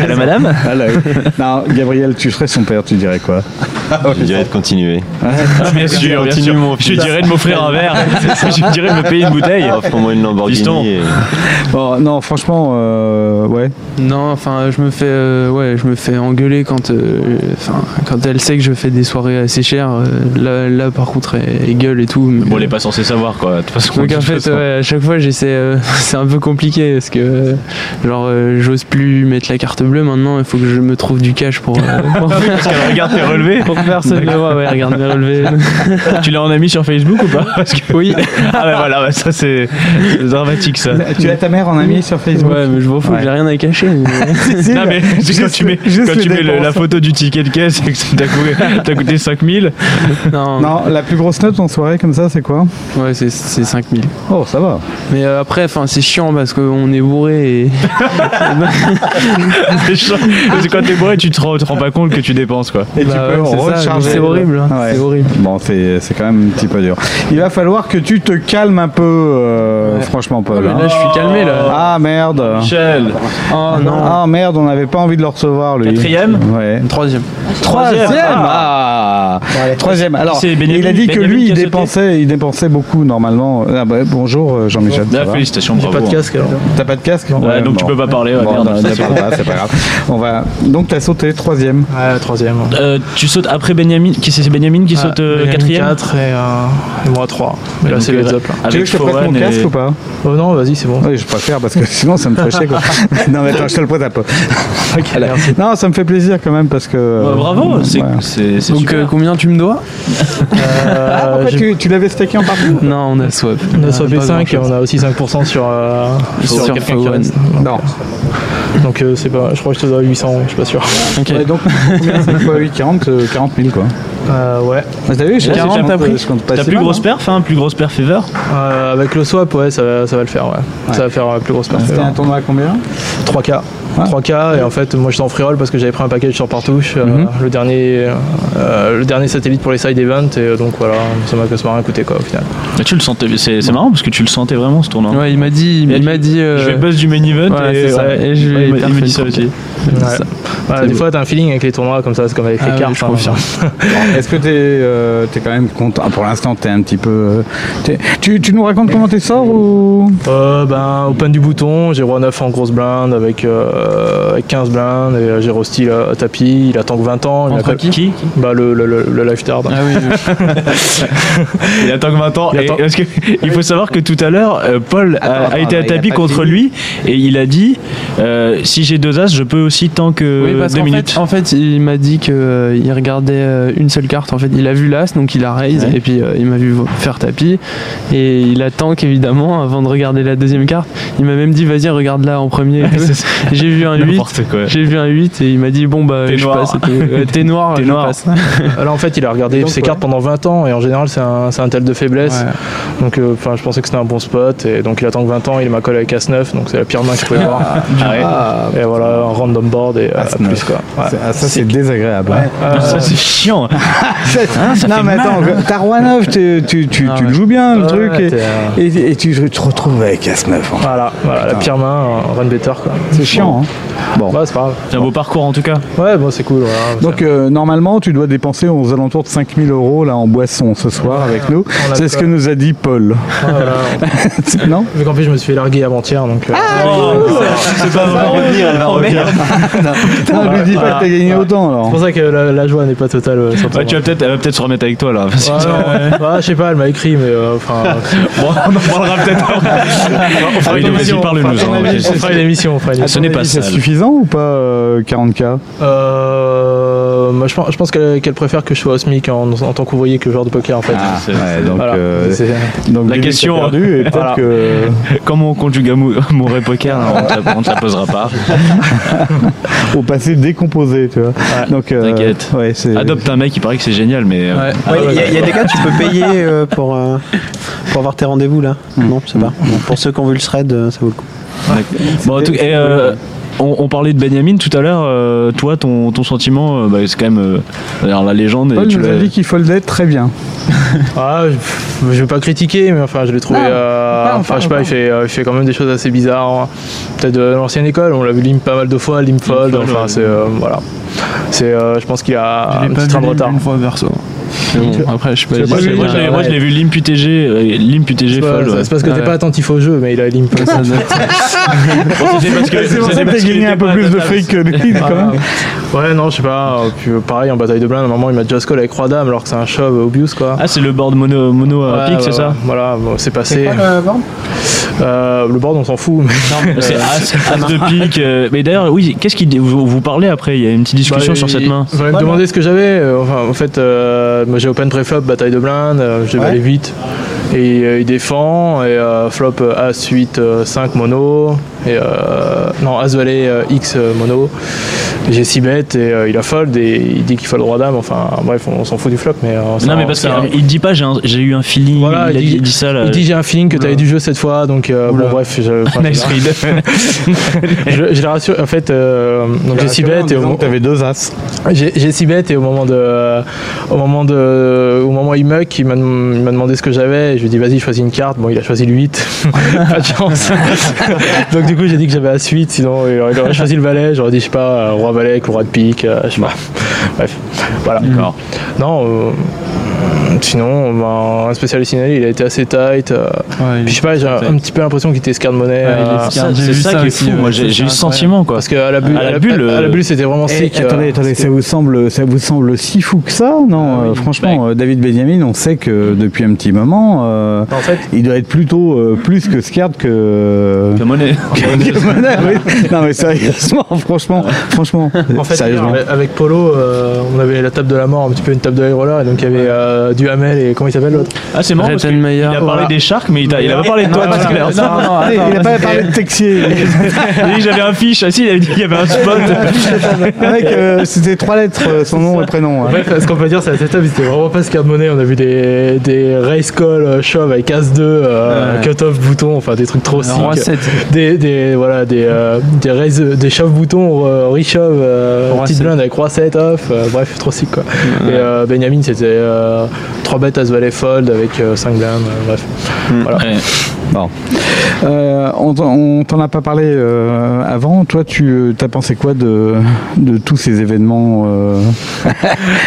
Allô madame Ah, là, oui. Non, Gabriel, tu serais son père, tu dirais quoi Je dirais de continuer. Bien sûr, bien sûr. Je lui dirais de m'offrir un verre. <laughs> Je lui dirais de me payer une bouteille. Offre-moi une Fiston. Lamborghini. et- Bon, non, franchement, euh, ouais. Non, enfin, je me fais, euh, ouais, je me fais engueuler quand, euh, enfin, quand elle sait que je fais des soirées assez chères. euh, là, là, par contre, elle, elle gueule et tout. mais- Bon, elle est pas censée savoir quoi. De toute façon, Donc de en toute fait, façon. ouais, à chaque fois, j'essaie. euh, <laughs> c'est un peu compliqué parce que, euh, genre, euh, <laughs> j'ose plus mettre la carte bleue. Maintenant, il faut que je me trouve du cash pour. euh, pour- <laughs> Parce qu'elle regarde tes relevés. Toujours personne ne voit, ouais, regarde mes relevés. <laughs> Tu l'as en ami sur Facebook ou <laughs> pas Parce que- <laughs> Oui, Ah bah voilà, bah ça c'est c'est dramatique ça. Euh, Tu as ta mère en ami sur Facebook ouais, mais je m'en fous, Ouais. j'ai rien à cacher. <laughs> mais- Non mais <laughs> c'est quand Juste- tu mets, juste quand les tu mets le- la dépenses. photo du ticket de caisse et que t'as coûté, t'as coûté 5000, Non, Non, la plus grosse note en soirée comme ça, c'est quoi ouais, c'est- c'est 5000. Oh, ça va. Mais euh, après, enfin, c'est chiant parce qu'on est <laughs> bourré et. <laughs> c'est chiant. Parce que quand t'es bourré, tu te rends, te rends pas compte que tu dépenses quoi. Et Bah tu peux ouais, c'est ça, recharger. c'est horrible, hein, Ouais. c'est horrible. Bon, c'est c'est quand même un petit peu dur. Il va falloir que tu te calmes un peu, euh, Ouais. Ah, franchement, Mais Paul. hein. là, je suis calmé là. Ah merde. Michel, Oh non. Ah merde, on n'avait pas envie de le recevoir lui. Quatrième Ouais. Troisième. Troisième. Ah. Troisième. Alors, C'est Benjamin- il a dit que Benjamin lui, qui il a sauté. dépensait, il dépensait beaucoup normalement. Ah bah, bonjour euh, Jean-Michel. ça Ah, va félicitations, bravo. hein. casque alors. T'as pas de casque Ouais, donc tu peux pas parler, ouais, Bon, merde. non, ça parle pas, c'est pas grave. On va. Donc t'as sauté troisième. Ouais, troisième. Euh, tu sautes après Benjamin, qui c'est c'est Benjamin qui saute euh, quatrième 4 et, euh, et moi 3. Mais là, Donc, c'est euh, Let's Up. Tu Là. veux Avec que je te prête Foran mon et- casque ou pas Oh non, vas-y, c'est bon. Oui, je préfère parce que sinon ça me fait <laughs> chier quoi. non mais attends, je te le prête un peu. <laughs> Voilà. Non, ça me fait plaisir quand même parce que. euh, Ouais, bravo, c'est Ouais. c'est- c'est Donc, super. euh, combien tu me dois Euh, Ah, pourquoi j'ai- tu, tu l'avais stacké en partie Non, on a swap. on a sauvé pas 5 et grand-chose. on a aussi 5% sur, euh, sur, Sur quelqu'un qui Fowan. reste. Non. Donc euh, c'est pas, je crois que je te dois 800, je suis pas sûr. Ok. Ouais, donc, combien <laughs> c'est fois 8 40, euh, 40 000 quoi. Euh, ouais. Ah, T'as vu, je Là, c'est compte- déjà pas pris. je compte pas T'as si plus mal, grosse hein. perf, hein, plus grosse perf ever. Euh, avec le swap, ouais, ça, ça va le faire, ouais. Ça va faire euh, plus grosse perte. C'était un tournoi à combien 3K. 3K, et en fait, moi j'étais en free roll parce que j'avais pris un package sur Partouche, euh, le, dernier, euh, le dernier satellite pour les side events, et euh, donc voilà, ça m'a ça m'a rien coûté quoi au final. Mais tu le sentais, c'est c'est marrant parce que tu le sentais vraiment ce tournoi. Ouais, il m'a dit. Il m'a dit. euh, Je vais buzz du main event voilà, et, c'est ça. ouais, Et je vais il m'a- il me parfait. dit ça aussi. Ouais. Ouais, des fois, t'as un feeling avec les tournois comme ça, c'est comme avec Ah les ouais, cartes. je hein. confirme. Est-ce que t'es euh, t'es quand même content Pour l'instant, t'es un petit peu. euh, t'es- tu, tu nous racontes comment t'es sort ou Euh, ben, open du bouton, j'ai roi 9 en grosse blinde avec, euh, avec 15 blindes, et euh, j'ai Rosti là, à tapis, il attend que 20 ans. Il a pas- qui bah, le, le, le, le lifetard. Ah oui, oui. Il attend que 20 ans. Il et- attend- parce que, il faut savoir que tout à l'heure, euh, Paul a, Attends, a attends, été à il a tapis pas contre fini. lui et il a dit euh, si j'ai deux as, je peux aussi tant que Oui, parce deux qu'en minutes. fait, en fait, il m'a dit que euh, il regardait euh, une seule carte. En fait, il a vu l'as, donc il a raise, Ouais. et puis euh, il m'a vu vo- faire tapis, et il a tank évidemment avant de regarder la deuxième carte. Il m'a même dit vas-y regarde la <laughs> en premier. et tout. C'est ça. J'ai vu un <laughs> 8 N'importe quoi. J'ai vu un 8 et il m'a dit bon bah T'es je noir. passe. T'es- euh, T'es <laughs> noir, T'es je noir. passe. Euh, Là, en fait, il a regardé ses cartes pendant 20 ans, et en général, c'est un, c'est un tel de faiblesse. Donc, euh, enfin, je pensais que c'était un bon spot, et donc il attend que 20 ans, il m'a collé avec As9, donc c'est la pire main que je pouvais <laughs> avoir. Ah, Et voilà, un random board, et euh, As9. plus quoi. Ouais. c'est- ah, ça c'est désagréable. hein. Ah, Ça, c'est chiant. non, mais attends, t'as roi 9, tu, tu, tu, tu le joues bien le Ouais, truc et, t'es, euh, et- et tu te retrouves avec As-9. hein. Voilà, voilà la pire main, un run better quoi. C'est chiant. hein. Ouais, c'est pas grave. C'est un beau parcours en tout cas. Ouais, bon, c'est cool. voilà. Donc euh, normalement, tu dois dépenser aux alentours de 5000 euros là en boisson ce soir avec nous. l'a C'est ce pas. que nous a dit <laughs> Paul. Ouais, voilà. non <laughs> Vu qu'en plus, je me suis fait larguer avant-hier, donc. euh, Ah, <laughs> c'est pas Oh, Putain, lui dis pas que t'as gagné autant C'est alors. pour ça que la, la joie n'est pas totale euh, sur le Bah, tu vas peut-être, elle va peut-être se remettre avec toi là. Parce que- tournoi. Ouais, non, ouais, je sais pas, elle m'a écrit, mais euh, enfin. Bon, on en <laughs> parlera peut-être. on fera une émission, parle-nous. on fera une émission, on fera une Ce émission. n'est pas C'est sale. suffisant ou pas euh, 40K Euh, moi, je pense, je pense qu'elle qu'elle préfère que je sois au SMIC en, en tant qu'ouvrier que joueur de poker en fait. c'est- Ouais, <laughs> donc, Voilà. euh, C'est- donc La Billy, t'as question- euh, perdu et peut-être Voilà. que euh, Comment on conjugue amour, amour et poker non, On te la- on te la posera pas. au passé décomposé, tu vois. Donc euh, t'inquiète. ouais, c'est- Adopte un mec, il paraît que c'est génial, mais. euh, Il y, a- y a des cas, tu peux payer euh, pour, euh, pour avoir tes rendez-vous là. Hmm. Non, c'est pas. Bon, pour ceux qui ont vu le thread, euh, ça vaut le coup. Bon, en tout- et, euh, on, on parlait de Benjamin tout à l'heure. euh, toi, ton, ton sentiment, euh, bah, c'est quand même. euh, alors, la légende. et Paul tu nous a l'as- dit qu'il foldait très bien. Ah, je, pff, je vais pas critiquer, mais enfin, je l'ai trouvé. euh, enfin, je sais pas, il fait, euh, il fait quand même des choses assez bizarres. hein. Peut-être de l'ancienne école, on l'a vu limp pas mal de fois, limp fold. fold, Enfin, ouais. c'est euh, voilà. C'est, euh, je pense qu'il a un l'ai petit train de vu retard. une fois verso. Mais bon, après je sais pas. Moi, je si l'ai- c'est moi, je vrai. l'ai- moi, je l'ai vu limp UTG, euh, limp UTG C'est pas- folle. c'est ouais. parce que t'es Ouais. pas attentif au jeu, mais il a limp. C'était parce que- C'est pour c'était ça que parce t'as qu'il gagné était un peu pas à plus ta de table. fric que lui quand même. Ouais, non, je sais pas. euh, Puis, euh, pareil, en bataille de blind, à un moment, il m'a just call avec Roi Dame, alors que c'est un shove obvious, quoi. Ah, c'est le board mono, mono à Ouais, pic, ouais, c'est ça ouais, Voilà, bon, c'est passé. Euh, bon. Euh, le board, on s'en fout. mais- C'est Euh, as, as de pique. euh, mais d'ailleurs, oui, qu'est-ce qui vous, vous parlez après Il y a une petite discussion Bah, sur il- cette main. Il m'a Ouais, demandé ce que j'avais. euh, Enfin, en fait, euh, moi, j'ai open préflop, bataille de blindes, euh, je vais Ouais. aller vite. Et euh, il défend, et euh, flop euh, As 8 euh, 5 mono, et euh, non, As valet euh, X euh, mono. Et J'ai 6 bêtes, et euh, il a fold, et il dit qu'il fold roi dame. Enfin, bref, on, s'en fout du flop, mais. euh, c'est Non, un- mais parce c'est qu'il un- dit pas j'ai un- j'ai eu un feeling, Voilà, il, a il dit, dit- il dit ça là. il dit j'ai un feeling que t'avais du jeu cette fois, donc euh, bon, bref, je, <laughs> enfin, je- Nice read. <laughs> je, je le rassure. En fait, euh, donc j'ai 6 bêtes et au moment- T'avais deux as. j'ai j'ai six bêtes et au moment de, au moment de, au moment il muck, il m'a dem- il m'a demandé ce que j'avais. et Je lui ai dit vas-y choisis une carte. Bon il a choisi le 8, <laughs> pas <laughs> de chance. Donc du coup j'ai dit que j'avais as 8, sinon il aurait, il aurait choisi le valet. J'aurais dit je sais pas euh, roi valet, avec le roi de pique, euh, je sais pas. Bref, voilà. D'accord. Non, euh, sinon ben, un spécialiste signalé, il a été assez tight. euh, puis je sais pas j'ai un, un petit peu l'impression qu'il était escarde monnaie. Ouais, il est euh, Ça, escarde. J'ai C'est vu ça, ça qui est aussi, fou. ouais, Moi, ça, j'ai c'est j'ai eu ce incroyable. sentiment quoi. parce que à la bulle, À la bulle, à la euh, bulle, c'était vraiment Et sick. euh, attendez, attendez, ça vous semble, ça vous semble si fou que ça Non, euh, franchement, euh, David Benjamin, on sait que depuis un petit moment, euh, En fait, il doit être plutôt euh, plus que scared que. La monnaie. que Monet, oui. Non mais sérieusement, franchement, franchement, En fait, sérieusement. avec, avec Polo, euh, on avait la table de la mort, un petit peu une table de high roller, et donc il y avait euh, Duhamel et comment il s'appelle l'autre Ah, c'est marrant. parce que Il Rettenmeier. a parlé des sharks, mais il t'a- il a pas parlé de toi, c'est clair. Non, non, attends, il a pas parlé de Texier. <laughs> Il a dit que j'avais un fiche. Ah, si, il avait dit qu'il y avait un spot. Le mec, euh, c'était trois lettres, euh, son nom et prénom. hein. Bref, ce qu'on peut dire, c'est à cette table, c'était vraiment pas ce qu'il y a de monnaie. On a vu des, des race call euh, shove avec As 2, Ouais. euh, cut-off bouton, enfin des trucs trop sick. Roi 7. Des, des, voilà, des, euh, des, raise- des shove boutons, euh, re-shove, euh, Roi petite sept. blinde avec roi 7 off, euh, bref, trop sick quoi. Et euh, Benjamin, c'était 3 bêtes As Valet Fold avec 5 blindes, euh, bref. Euh, on t'en- on t'en a pas parlé euh, avant. Toi, tu as pensé quoi de, de tous ces événements euh,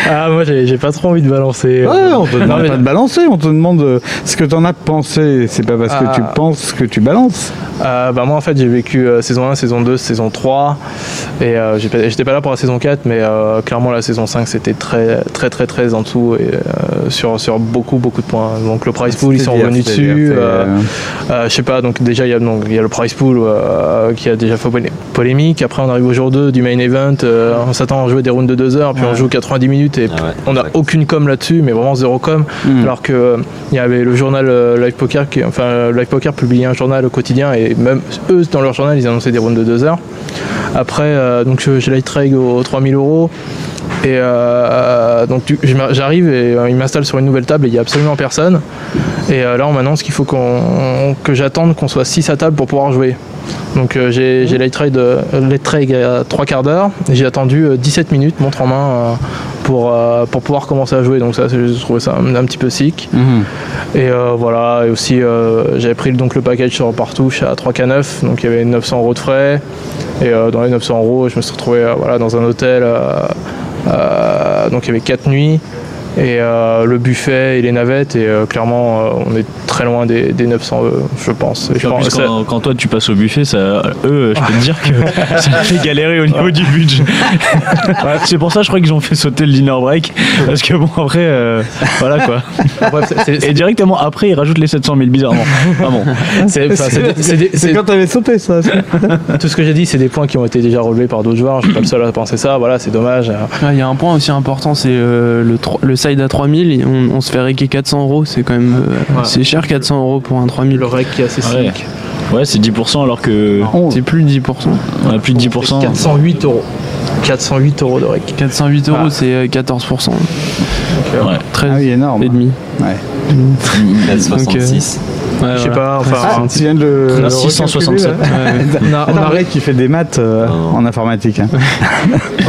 Ah, moi j'ai j'ai pas trop envie de balancer. euh, Ouais, on te demande Non, mais- pas de balancer, on te demande euh, ce que t'en as pensé. C'est pas parce que Ah. tu penses que tu balances. Euh, bah moi en fait j'ai vécu euh, saison 1, saison 2, saison 3 et euh, j'ai pas- j'étais pas là pour la saison 4 mais euh, clairement la saison 5 c'était très très très très en dessous et euh, sur, sur beaucoup beaucoup de points donc le price pool ils sont C'est-à-dire, revenus c'est-à-dire, dessus c'est, euh, euh, euh, je sais pas donc déjà il y a donc il y a le price pool euh, qui a déjà fait polé- polémique après on arrive au jour 2 du main event euh, on s'attend à jouer des rounds de 2 heures puis on joue 90 minutes et Ah ouais, on n'a exact. Hmm. aucune com là-dessus mais vraiment zéro com alors que euh, il y avait le journal euh, Live Poker, qui, enfin euh, Live Poker publiait un journal au quotidien et même eux dans leur journal ils annonçaient des rounds de 2 heures. Après euh, donc je- j'ai light trade aux 3000 euros et euh, donc du- je m'a- j'arrive et euh, ils m'installent sur une nouvelle table et il n'y a absolument personne. Et euh, là on m'annonce qu'il faut qu'on que j'attende qu'on soit 6 à table pour pouvoir jouer. Donc euh, j'ai j'ai light trade, euh, light trade à 3 quarts d'heure et j'ai attendu euh, 17 minutes montre en main euh, pour, euh, pour pouvoir commencer à jouer donc ça c'est- je trouvais ça un, un petit peu sick. mhm. Et euh, voilà, et aussi euh, j'avais pris donc le package sur Partouche à 3K9, donc il y avait 900 euros de frais. Et euh, dans les 900 euros, je me suis retrouvé euh, voilà, dans un hôtel, euh, euh, donc il y avait 4 nuits, et euh, le buffet et les navettes, et euh, clairement euh, on est très loin des, des 900, euh, je pense. Et je Puis en pense- plus, ça- quand, quand toi tu passes au buffet, ça, eux, je peux te dire que <laughs> ça fait galérer au niveau du <laughs> budget. c'est pour ça, je crois qu'ils ont fait sauter le dinner break. Parce que bon, après, euh, voilà quoi. bref, c'est- c'est- Et directement après, ils rajoutent les 700 000, bizarrement. Ah bon. c'est- enfin, c'est- c'est- c'est- C'est quand t'avais sauté ça. c'est- Tout ce que j'ai dit, c'est des points qui ont été déjà relevés par d'autres joueurs, je suis pas le seul à penser ça, voilà, c'est dommage. Ouais, Il y a un point aussi important, c'est euh, le, tro- le side à 3000, on, on se fait réquer 400 euros, c'est quand même euh, Ouais. c'est cher 400 euros pour un 3000. Le rec qui est assez Ouais, sick. ouais c'est 10% alors que C'est plus de 10%. on a plus de 10%. 408 euros. 408 euros de rec. 408 euros, Ah. c'est euh, 14%. Ouais. 13 Ah oui, énorme. et demi. Net 66. Ouais, Je sais voilà. pas, enfin. Ah, tu viens de le- le. 667. reculer, là Ouais, ouais. on, a- on Attends, arri- Ray qui fait des maths euh, Non. en informatique. <laughs> hein.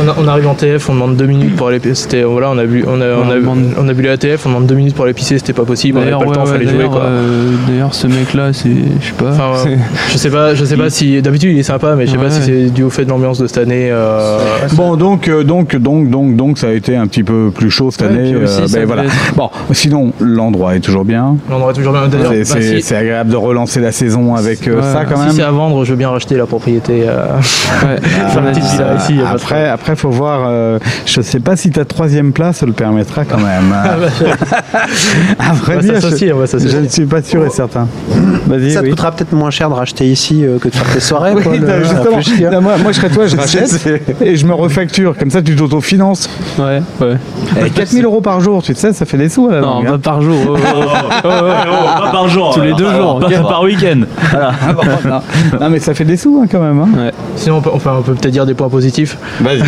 on a- on arrive en TF, on demande deux minutes pour aller c'était voilà, on a bu on a, on on a, demande- on a bu la TF, on demande deux minutes pour aller pisser, c'était pas possible, on avait pas D'ailleurs, le temps, ouais, ouais, fallait jouer d'ailleurs, quoi. euh, d'ailleurs, ce mec-là, c'est. Je sais pas. Enfin, ouais, je sais pas, je sais pas si d'habitude il est sympa, mais je sais Ouais, pas si ouais. c'est dû au fait de l'ambiance de cette année. euh, Bon, donc, euh, donc, donc, donc, donc, ça a été un petit peu plus chaud cette Ouais, année. puis aussi, euh, ça ben devait voilà. être- Bon, sinon, l'endroit est toujours bien. on aurait toujours bien. D'ailleurs, C'est- bah, c'est- si, c'est c'est agréable de relancer la saison avec euh, Ouais. ça quand même. Si c'est à vendre, je veux bien racheter la propriété. euh, <laughs> faire une petite villa ici, Ah, y a pas de Ah, après, après, faut voir. euh, je sais pas si ta troisième place le permettra quand même. hein. <laughs> À vrai Ah, bah, On va dire, s'associer, je, on va s'associer. je ne suis pas sûr et certain. Vas-y. Ça te oui. coûtera peut-être moins cher de racheter ici euh, que de faire tes soirées. <laughs> Oui, quoi, le- non, justement. réfléchis, hein. Non, moi, moi, je serais toi, <laughs> je rachète et je me refacture. Comme ça, tu t'autofinances. Ouais, ouais. Bah, Et 4000 euros par jour, tu sais, ça fait des sous à la Non, longue, pas hein. par jour. oh, oh, oh. Ah pas par jour. Tous les alors. deux Alors, jours, Pas ok. par week-end. non. Non, mais ça fait des sous hein, quand même. hein. Sinon, on peut, enfin, on peut peut-être dire des points positifs. Vas-y.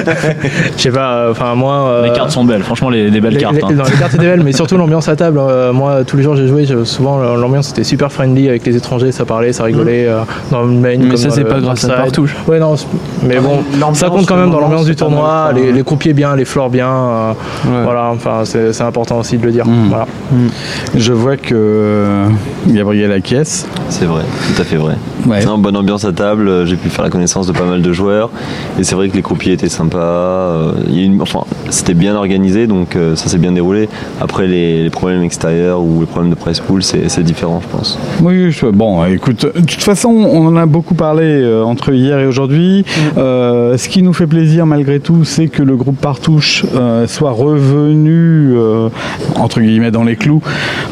<laughs> Je sais pas, euh, enfin, moi. euh, Les cartes sont belles, franchement, les, des belles les- cartes. les- hein. non, les cartes étaient belles, mais surtout l'ambiance à table. Euh, moi, tous les jours, j'ai joué. je- Souvent, l'ambiance était super friendly avec les étrangers. Ça parlait, ça rigolait. euh, dans le main, Mais comme ça, dans c'est le pas grâce à outside. Partouche. Ouais, non. c'est- Mais bon, ça compte quand même dans l'ambiance du tournoi. Les, les croupiers bien, les floors bien. euh, Ouais. Mm. Voilà, enfin, c'est c'est important aussi de le dire. Voilà. Je vois que euh, Gabriel acquiesce. C'est vrai, tout à fait vrai. Ouais. Non, bonne ambiance à table, euh, j'ai pu faire la connaissance de pas mal de joueurs. Et c'est vrai que les croupiers étaient sympas. euh, il y a eu une- enfin, c'était bien organisé, donc euh, ça s'est bien déroulé. Après, les, les problèmes extérieurs ou les problèmes de press pool, c'est c'est différent, je pense. Oui, je- bon, écoute, de toute façon, on en a beaucoup parlé euh, entre hier et aujourd'hui. Euh, ce qui nous fait plaisir malgré tout, c'est que le groupe Partouche euh, soit revenu, euh, entre guillemets, dans les clous,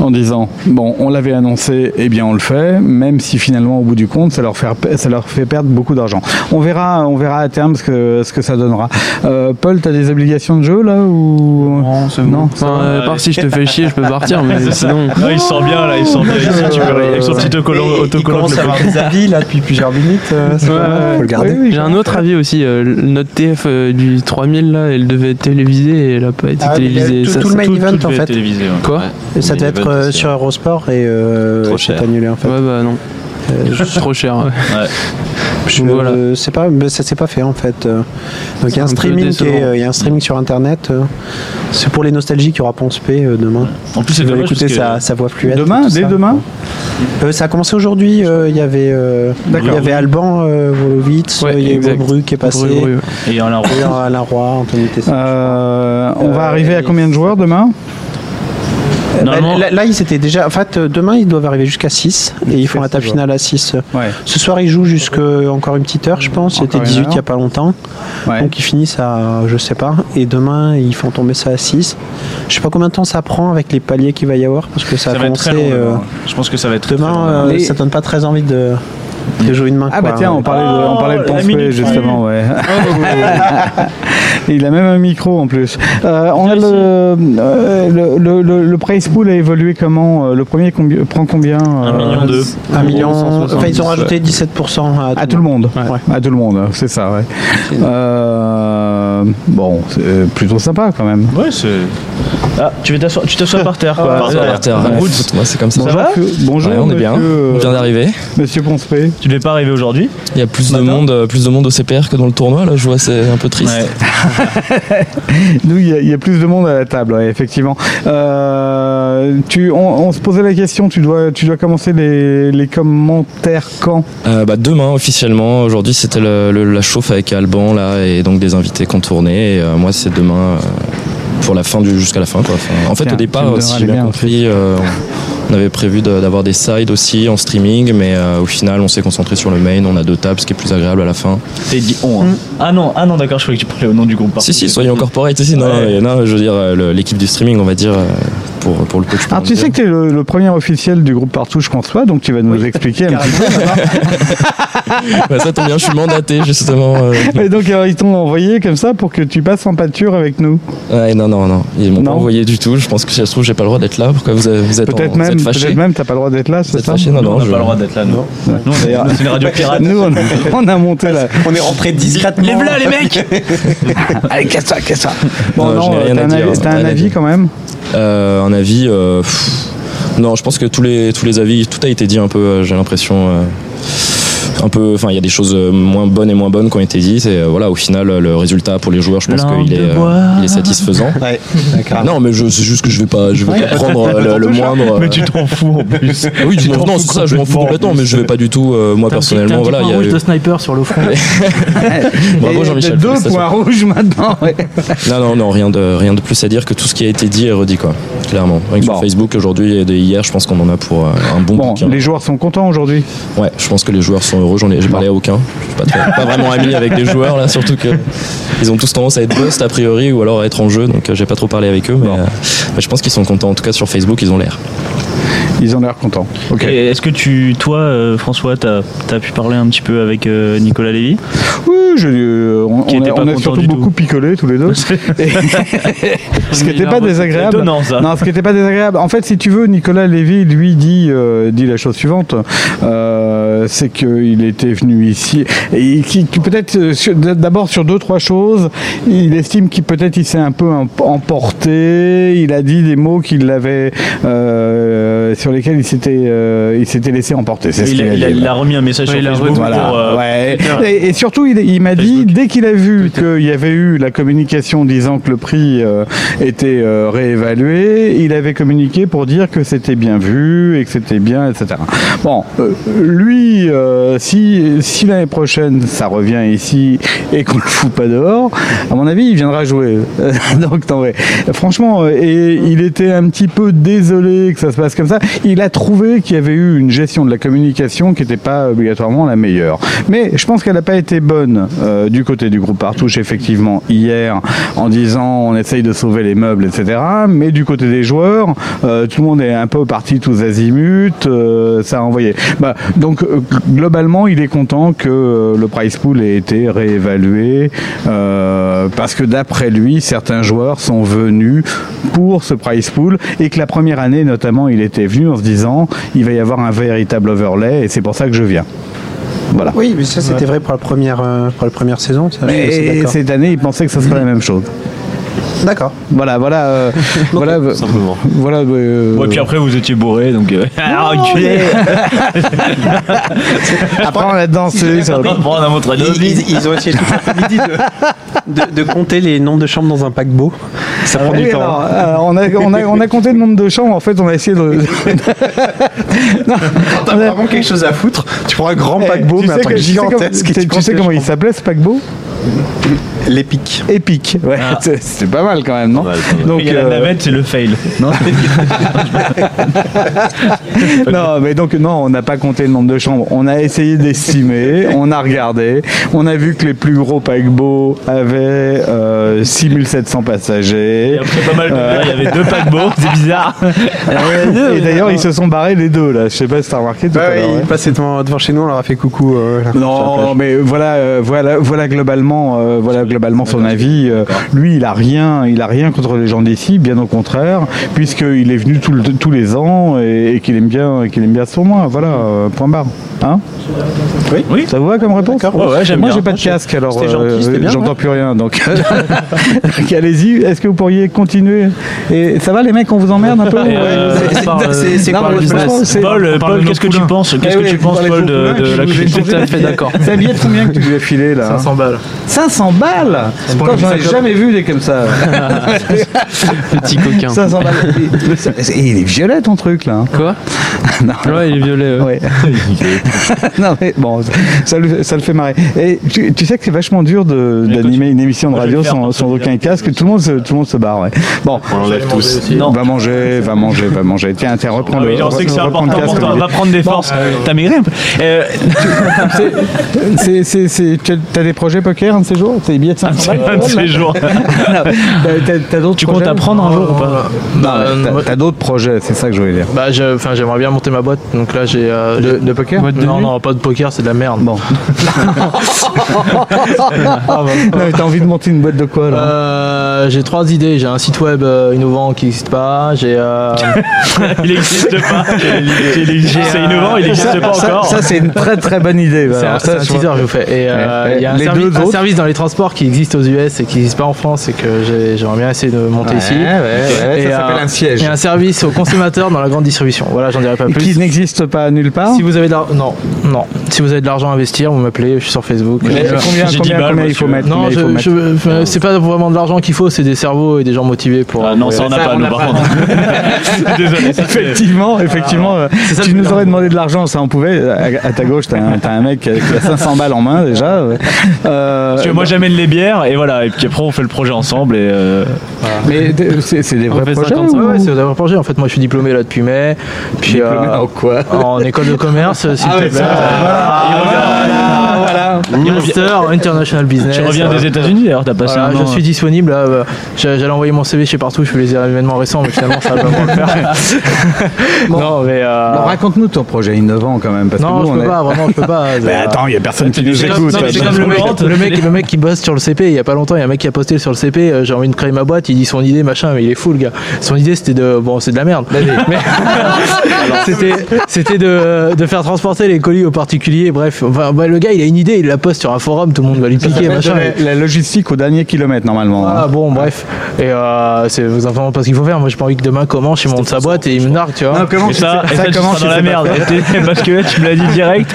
en disant, bon, on l'avait annoncé, eh bien on le fait, même si finalement, au bout du compte, ça leur fait, ça leur fait perdre beaucoup d'argent. On verra, on verra à terme ce que, ce que ça donnera. Euh, Paul, t'as des obligations de jeu là ou... Non, c'est bon. Enfin, euh, à part si je te fais chier, je peux partir, <laughs> mais sinon. Non, il sent bien là, il sent bien ici, tu peux, avec Euh, son petit autocollant. autocollant de l'époque. des avis là depuis plusieurs minutes. euh, Ouais, Oui, oui, euh, J'ai un autre avis aussi. euh, le- notre TF euh, du 3000 là, elle devait être télévisée et elle a pas été Ah, mais télévisée. tout- Ça, tout le c'est- main event, devait être en fait. télévisé, ouais. Quoi Et ça Mais devait les être events, euh, c'est- sur Eurosport et euh, Trop c'est cher. annulé en fait. Ouais, bah non. <laughs> Euh, trop cher. ouais. Je- Voilà. euh, c'est pas, mais ça s'est pas fait en fait. euh. Donc il y C'est a un un peu streaming, qui est- décevant. euh, il y a un streaming sur internet. euh, C'est pour les nostalgiques qui aura Ponce P euh, demain. En plus, Si c'est vous voulez dommage écouter parce que- sa, sa voix fluette. Demain, tout dès ça. demain Euh, Ça a commencé aujourd'hui. euh, Il y avait, euh, il y D'accord. avait Alban euh, Wolowitz, Ouais, euh, il y a eu exact. Bru qui est passé, Brûle, brûle, ouais. Et Alain Roux. il y <laughs> a Alain Roy, Anthony Tesson. Euh, on va Euh, arriver à et- combien de joueurs demain Normalement, bah, Là, là, ils étaient déjà. En fait, euh, demain, ils doivent arriver jusqu'à 6 et ils font la table finale à 6. Ouais. Ce soir, ils jouent jusque encore une petite heure, je pense. C'était Encore une 18 heure. il n'y a pas longtemps. Ouais. Donc, ils finissent à, je sais pas. Et demain, ils font tomber ça à 6. Je sais pas combien de temps ça prend avec les paliers qu'il va y avoir parce que ça ça, a va être commencé. très long. euh, demain. Je pense que ça va être très, très long. hein. demain, euh, Les- ça donne pas très envie de, de jouer une main. Ah bah quoi. tiens, on parlait de, on parlait de la Ponce P, minute justement, ouais. Oh, <laughs> Il a même un micro en plus. Euh, on a le, euh, le, le, le, le price pool a évolué comment Euh, Le premier combi- prend combien Un euh, million d'eux. Un million. 170, Enfin, ils ont ouais. rajouté 17% à, À tout le monde, Ouais. à tout le monde, c'est ça, ouais. Euh, bon, c'est euh, plutôt sympa quand même. Ouais, c'est. Ah, tu veux t'asseoir- tu t'assois par terre, quoi. Pardon, par terre. Roots, Moi, c'est comme ça. Bonjour, va que- bonjour, Ouais, on est bien. monsieur, On vient euh, d'arriver. monsieur Ponce P. Tu devais pas arriver aujourd'hui Il y a plus de Matin. monde, euh, plus de monde au CPR que dans le tournoi. Là, je vois, c'est un peu triste. Nous, il y, a- il y a plus de monde à la table, ouais, effectivement. Euh, tu, on, on se posait la question, tu dois, tu dois commencer les, les commentaires quand Euh, bah, demain, officiellement, aujourd'hui, c'était le- le- la chauffe avec Alban là, et donc des invités contournés. Et euh, moi, c'est demain euh, pour la fin du jusqu'à la fin. Quoi. Enfin, en fait, Tiens, au départ, tu me euh, si donneras j'ai les bien liens, compris, euh, on avait prévu de- d'avoir des sides aussi en streaming, mais euh, au final, on s'est concentré sur le main. On a deux tables, ce qui est plus agréable à la fin. T'es dit on. hein. Ah non, ah non, d'accord, je croyais que tu parlais au nom du groupe. par Si, contre. si, soyons corporate aussi. Non, Ouais. non, je veux dire, euh, le- l'équipe du streaming, on va dire, euh, pour, pour le coach. Alors, tu sais que tu es le, le premier officiel du groupe Partouche qu'on soit, donc tu vas nous expliquer un petit peu. <laughs> ça tombe bien, je suis mandaté, justement. euh. Et donc, alors, ils t'ont envoyé comme ça pour que tu passes en pâture avec nous. Ouais, non, non, non. Ils m'ont pas Non. envoyé du tout. Je pense que si ça se trouve, j'ai pas le droit d'être là. Pourquoi vous, avez- vous êtes, en- Peut-être vous même, êtes fâchés peut-être même, t'as pas le droit d'être là, Vous c'est êtes ça fâchés Non, Nous, non, on n'a je- pas le droit d'être là, nous. Nous, on est- c'est une radio pirate. Nous, on, on a <laughs> monté là. On est rentré discrètement. Lève là, les mecs Allez, casse-toi, casse-toi. Bon, Non, non, je n'ai rien t'as à un, dire, avis, t'as un rien à avis dire. quand même Euh, un avis. euh, pff, non, je pense que tous les, tous les avis, tout a été dit un peu, euh, j'ai l'impression. euh, un peu. Enfin, il y a des choses euh, moins bonnes et moins bonnes qui ont été dites. Et euh, voilà, au final, le résultat pour les joueurs, je pense Langue qu'il est, de euh, bois. il est satisfaisant. Ouais, Ah non, mais je- c'est juste que je vais pas, je vais Ouais. pas prendre euh, le, le moindre. Mais tu t'en fous en plus. Ah oui, Tu je m'en- t'en non, fous c'est ça, je m'en fous complètement, mais je vais pas du tout, euh, moi personnellement, voilà. il y a eu- de sniper sur le front. Bravo Et Jean-Michel. Deux félicitations. points rouges maintenant. ouais. Non, non, non, rien de, rien de plus à dire que tout ce qui a été dit est redit, quoi. Clairement. Rien que sur Facebook aujourd'hui et de hier, je pense qu'on en a pour euh, un bon Bon, bouquin. les joueurs sont contents aujourd'hui. Ouais, je pense que les joueurs sont heureux. J'en ai, j'ai parlé à aucun. Je suis pas, très- pas vraiment ami avec des joueurs, là, surtout que ils ont tous tendance à être bust a priori ou alors à être en jeu, donc euh, j'ai pas trop parlé avec eux, mais, euh, mais je pense qu'ils sont contents. En tout cas, sur Facebook, ils ont l'air. Ils ont l'air contents. Et Est-ce que tu, toi, euh, François, t'as as pu parler un petit peu avec euh, Nicolas <laughs> Lévy Oui, je, euh, on, Qui on était a, pas on a content surtout du tout. beaucoup picolé tous <laughs> les deux. Et- ce qui Mais n'était non, pas c'est désagréable. étonnant, ça. Non, ce qui n'était pas désagréable. En fait, si tu veux, Nicolas Lévy, lui, dit, euh, dit la chose suivante. Euh, c'est qu'il était venu ici et qui, qui peut-être, euh, sur- d'abord sur deux, trois choses, il estime qu'il peut-être il s'est un peu em- emporté. Il a dit des mots qu'il avait, euh, sur lesquels il s'était, euh, il s'était laissé emporter. C'est ce il, qu'il a a, il a- dit, il voilà. a remis un message Oui, il a sur Facebook remis, voilà, pour. euh, ouais. Twitter. Et, et surtout, il, il m'a dit, dès qu'il a vu qu'il y avait eu la communication disant que le prix euh, était euh, réévalué, il avait communiqué pour dire que c'était bien vu et que c'était bien, etc. Bon, euh, lui, euh, si, si l'année prochaine ça revient ici et qu'on le fout pas dehors, à mon avis, il viendra jouer. <laughs> Donc, non, ouais. Franchement, euh, et il était un petit peu désolé que ça se passe comme ça. Il a trouvé qu'il y avait eu une gestion de la communication qui n'était pas obligatoirement la meilleure. Mais je pense qu'elle n'a pas été bonne euh, du côté du groupe Partouche, effectivement, hier, en disant on essaye de sauver les meubles, etc. Mais du côté des joueurs, euh, tout le monde est un peu parti tous azimuts, euh, ça a envoyé. Bah, donc, euh, globalement, il est content que euh, le price pool ait été réévalué, euh, parce que d'après lui, certains joueurs sont venus pour ce price pool, et que la première année, notamment, il était venu en se disant, il va y avoir un véritable overlay, et c'est pour ça que je viens. Voilà. Oui, mais ça c'était vrai pour la première, euh, pour la première saison. ça, je suis assez Et d'accord. cette année, il pensait que ça serait la même chose. D'accord. Voilà, voilà, <laughs> euh, voilà, euh, voilà. euh, Ouais, puis après, vous étiez bourré, donc. euh, ah, enculé Après, on a dansé. sur le- Prendre un autre Ils, ils- ils ont essayé tout l'après-midi de, de- de compter les nombres de chambres dans un paquebot. Ça prend Oui, du temps. hein. alors, euh, <laughs> on, a, on, a, on a compté le nombre de chambres, en fait, on a essayé <laughs> de. Quand t'as vraiment quelque chose à foutre, tu prends un grand paquebot, Eh, Tu mais un sais truc que- tu sais comme- gigantesque. Tu sais, tu sais comment il s'appelait ce paquebot L'épique. Épique, ouais, <laughs> c'est- c'était pas mal quand même, non Donc, Il y a la euh, navette, c'est le fail. non, mais donc non, on n'a pas compté le nombre de chambres. On a essayé d'estimer, on a regardé, on a vu que les plus gros paquebots avaient euh, 6700 passagers. Et après pas mal de bières, il y avait deux paquebots, c'est bizarre. Et d'ailleurs, ils se sont barrés les deux là. Je sais pas si t'as remarqué tout Bah à l'heure. ouais. Ils passaient devant, devant chez nous, on leur a fait coucou. euh, voilà. Non, mais voilà, euh, voilà, voilà globalement, euh, voilà globalement son avis. Euh, lui, il a rien, il a rien contre les gens d'ici, bien au contraire, puisqu'il est venu tout le- tous les ans et, et qu'il aime bien, et qu'il aime bien sur moi. Voilà, euh, point barre. Hein oui. Ça vous va comme réponse Ouais, ouais, j'aime Moi, bien. j'ai pas de casque, alors euh, c'était gentil, c'était bien, j'entends plus rien. Donc, euh, <laughs> Donc, allez-y. Est-ce que vous pourriez continuer Et ça va, les mecs, on vous emmerde un peu Et, <laughs> euh, C'est- c'est- <laughs> c'est euh, non, quoi mais le franchement, business c'est- Paul, on parle Paul de qu'est-ce que nos tu poulains. penses Qu'est-ce Eh que oui, tu vous penses, parlez Paul, de, poulains de qui la nous crise échangent. Ça billet de combien que tu lui as filé là 500 balles. 500 balles Putain, J'en ai sacoche. jamais vu des comme <laughs> ça. Petit coquin. 500 balles. Et il est violet ton truc là. hein. <laughs> Quoi Non. Ouais, il est violet. ouais. Ouais. <laughs> non mais bon, ça le, ça le fait marrer. Et tu, tu sais que c'est vachement dur de- Mais toi, d'animer une émission de Moi, je vais radio le faire sans, pour sans te dire aucun que je casque. Tout le monde, se, tout le monde se barre. Ouais. Bon, On l'enlève tous. va manger, va manger, va manger. Tiens, tiens, reprends Ah le. oui, on sait que c'est reprends le important casque, pour toi, Olivier. va prendre des forces. T'as maigri un peu Euh, C'est- c'est- c'est- tu as- T'as des projets poker un de ces jours C'est des billets de 500 C'est balles un <laughs> de ces jours. Non, t'as- t'as- t'as d'autres Tu comptes projets apprendre un jour ou pas Non, Euh, mais moi- t'as- t'as d'autres projets, c'est ça que je voulais dire. Bah, j'ai- enfin, j'aimerais bien monter ma boîte. Donc là, j'ai. euh, j'ai- de poker non, non, pas de poker, c'est de la merde. Bon. non, mais t'as envie de monter une boîte de quoi là Euh, euh, j'ai trois idées. J'ai un site web euh, innovant qui n'existe pas. J'ai. euh, Il n'existe pas. Il J'ai existe- C'est un- innovant, il n'existe Ça- pas ça- encore. ça, c'est une très, très bonne idée. C'est Alors, un, ça, c'est un je vois. teaser que je vous fais. Et euh, Ouais. il y a un, Les service, deux un autres. service dans les transports qui existe aux US et qui n'existe pas en France et que j'ai- j'aimerais bien essayer de monter Ouais, ici. ouais, ouais, et, euh, ça s'appelle un siège. Et un service aux consommateurs dans la grande distribution. Voilà, j'en dirai pas plus. Qui n'existe pas nulle part Si vous avez de l'argent, non, non. Si vous avez de l'argent à investir, vous m'appelez. Je suis sur Facebook. Mais Euh, combien- J'ai combien- dix balles, combien il faut monsieur. mettre, Non, combien il je- faut je- euh, c'est pas vraiment de l'argent qu'il faut, c'est des cerveaux et des gens motivés pour. Ah non, ça, on n'a pas, nous, par contre. Désolé. ça, c'est- Effectivement, effectivement. euh, tu nous aurais demandé de l'argent, ça on pouvait. À, à ta gauche, t'as un, t'as un mec qui a 500 balles en main déjà. Euh, Parce que moi j'amène les bières et voilà, et puis après on fait le projet ensemble et. euh, Mais d- c'est c'est des On vrais fait projets 55, ou- ouais, c'est des vrais projets. En fait, moi, je suis diplômé là depuis mai. Puis, Diplômé en quoi En école de commerce, s'il te plaît. voilà. Master Ah, International Business. Tu reviens des États-Unis d'ailleurs, t'as passé Voilà, un an. je suis disponible. là, bah, j'a- J'allais envoyer mon CV chez partout, je fais les événements récents, mais finalement ça va pas le faire. non, mais. Bon, Raconte-nous ton projet innovant quand même. Parce Non, que nous, je on peux est- pas, vraiment, je peux pas. Mais Ben, attends, il y a personne qui nous C'est écoute. comme- non, mais c'est comme le mec, le, mec, le mec qui bosse sur le CP, il y a pas longtemps, il y a un mec qui a posté sur le CP, euh, j'ai envie de créer ma boîte, il dit son idée, machin, mais il est fou le gars. Son idée c'était de. Bon, c'est de la merde. <laughs> Mais- <laughs> c'était c'était de, de faire transporter les colis aux particuliers, bref. Enfin, bah, le gars il a une idée, il la poste sur un forum, tout le monde va lui Ça piquer, s'appelle machin. de la- mais- la, logistique au dernier kilomètre normalement. hein. ah bon bref et euh, c'est vraiment pas ce qu'il faut faire moi j'ai pas envie que demain commence il monte sa boîte et il me nargue tu vois Non, comment Et ça, et ça, tu seras dans la merde. hein. <laughs> Parce que tu me l'as dit <laughs> direct.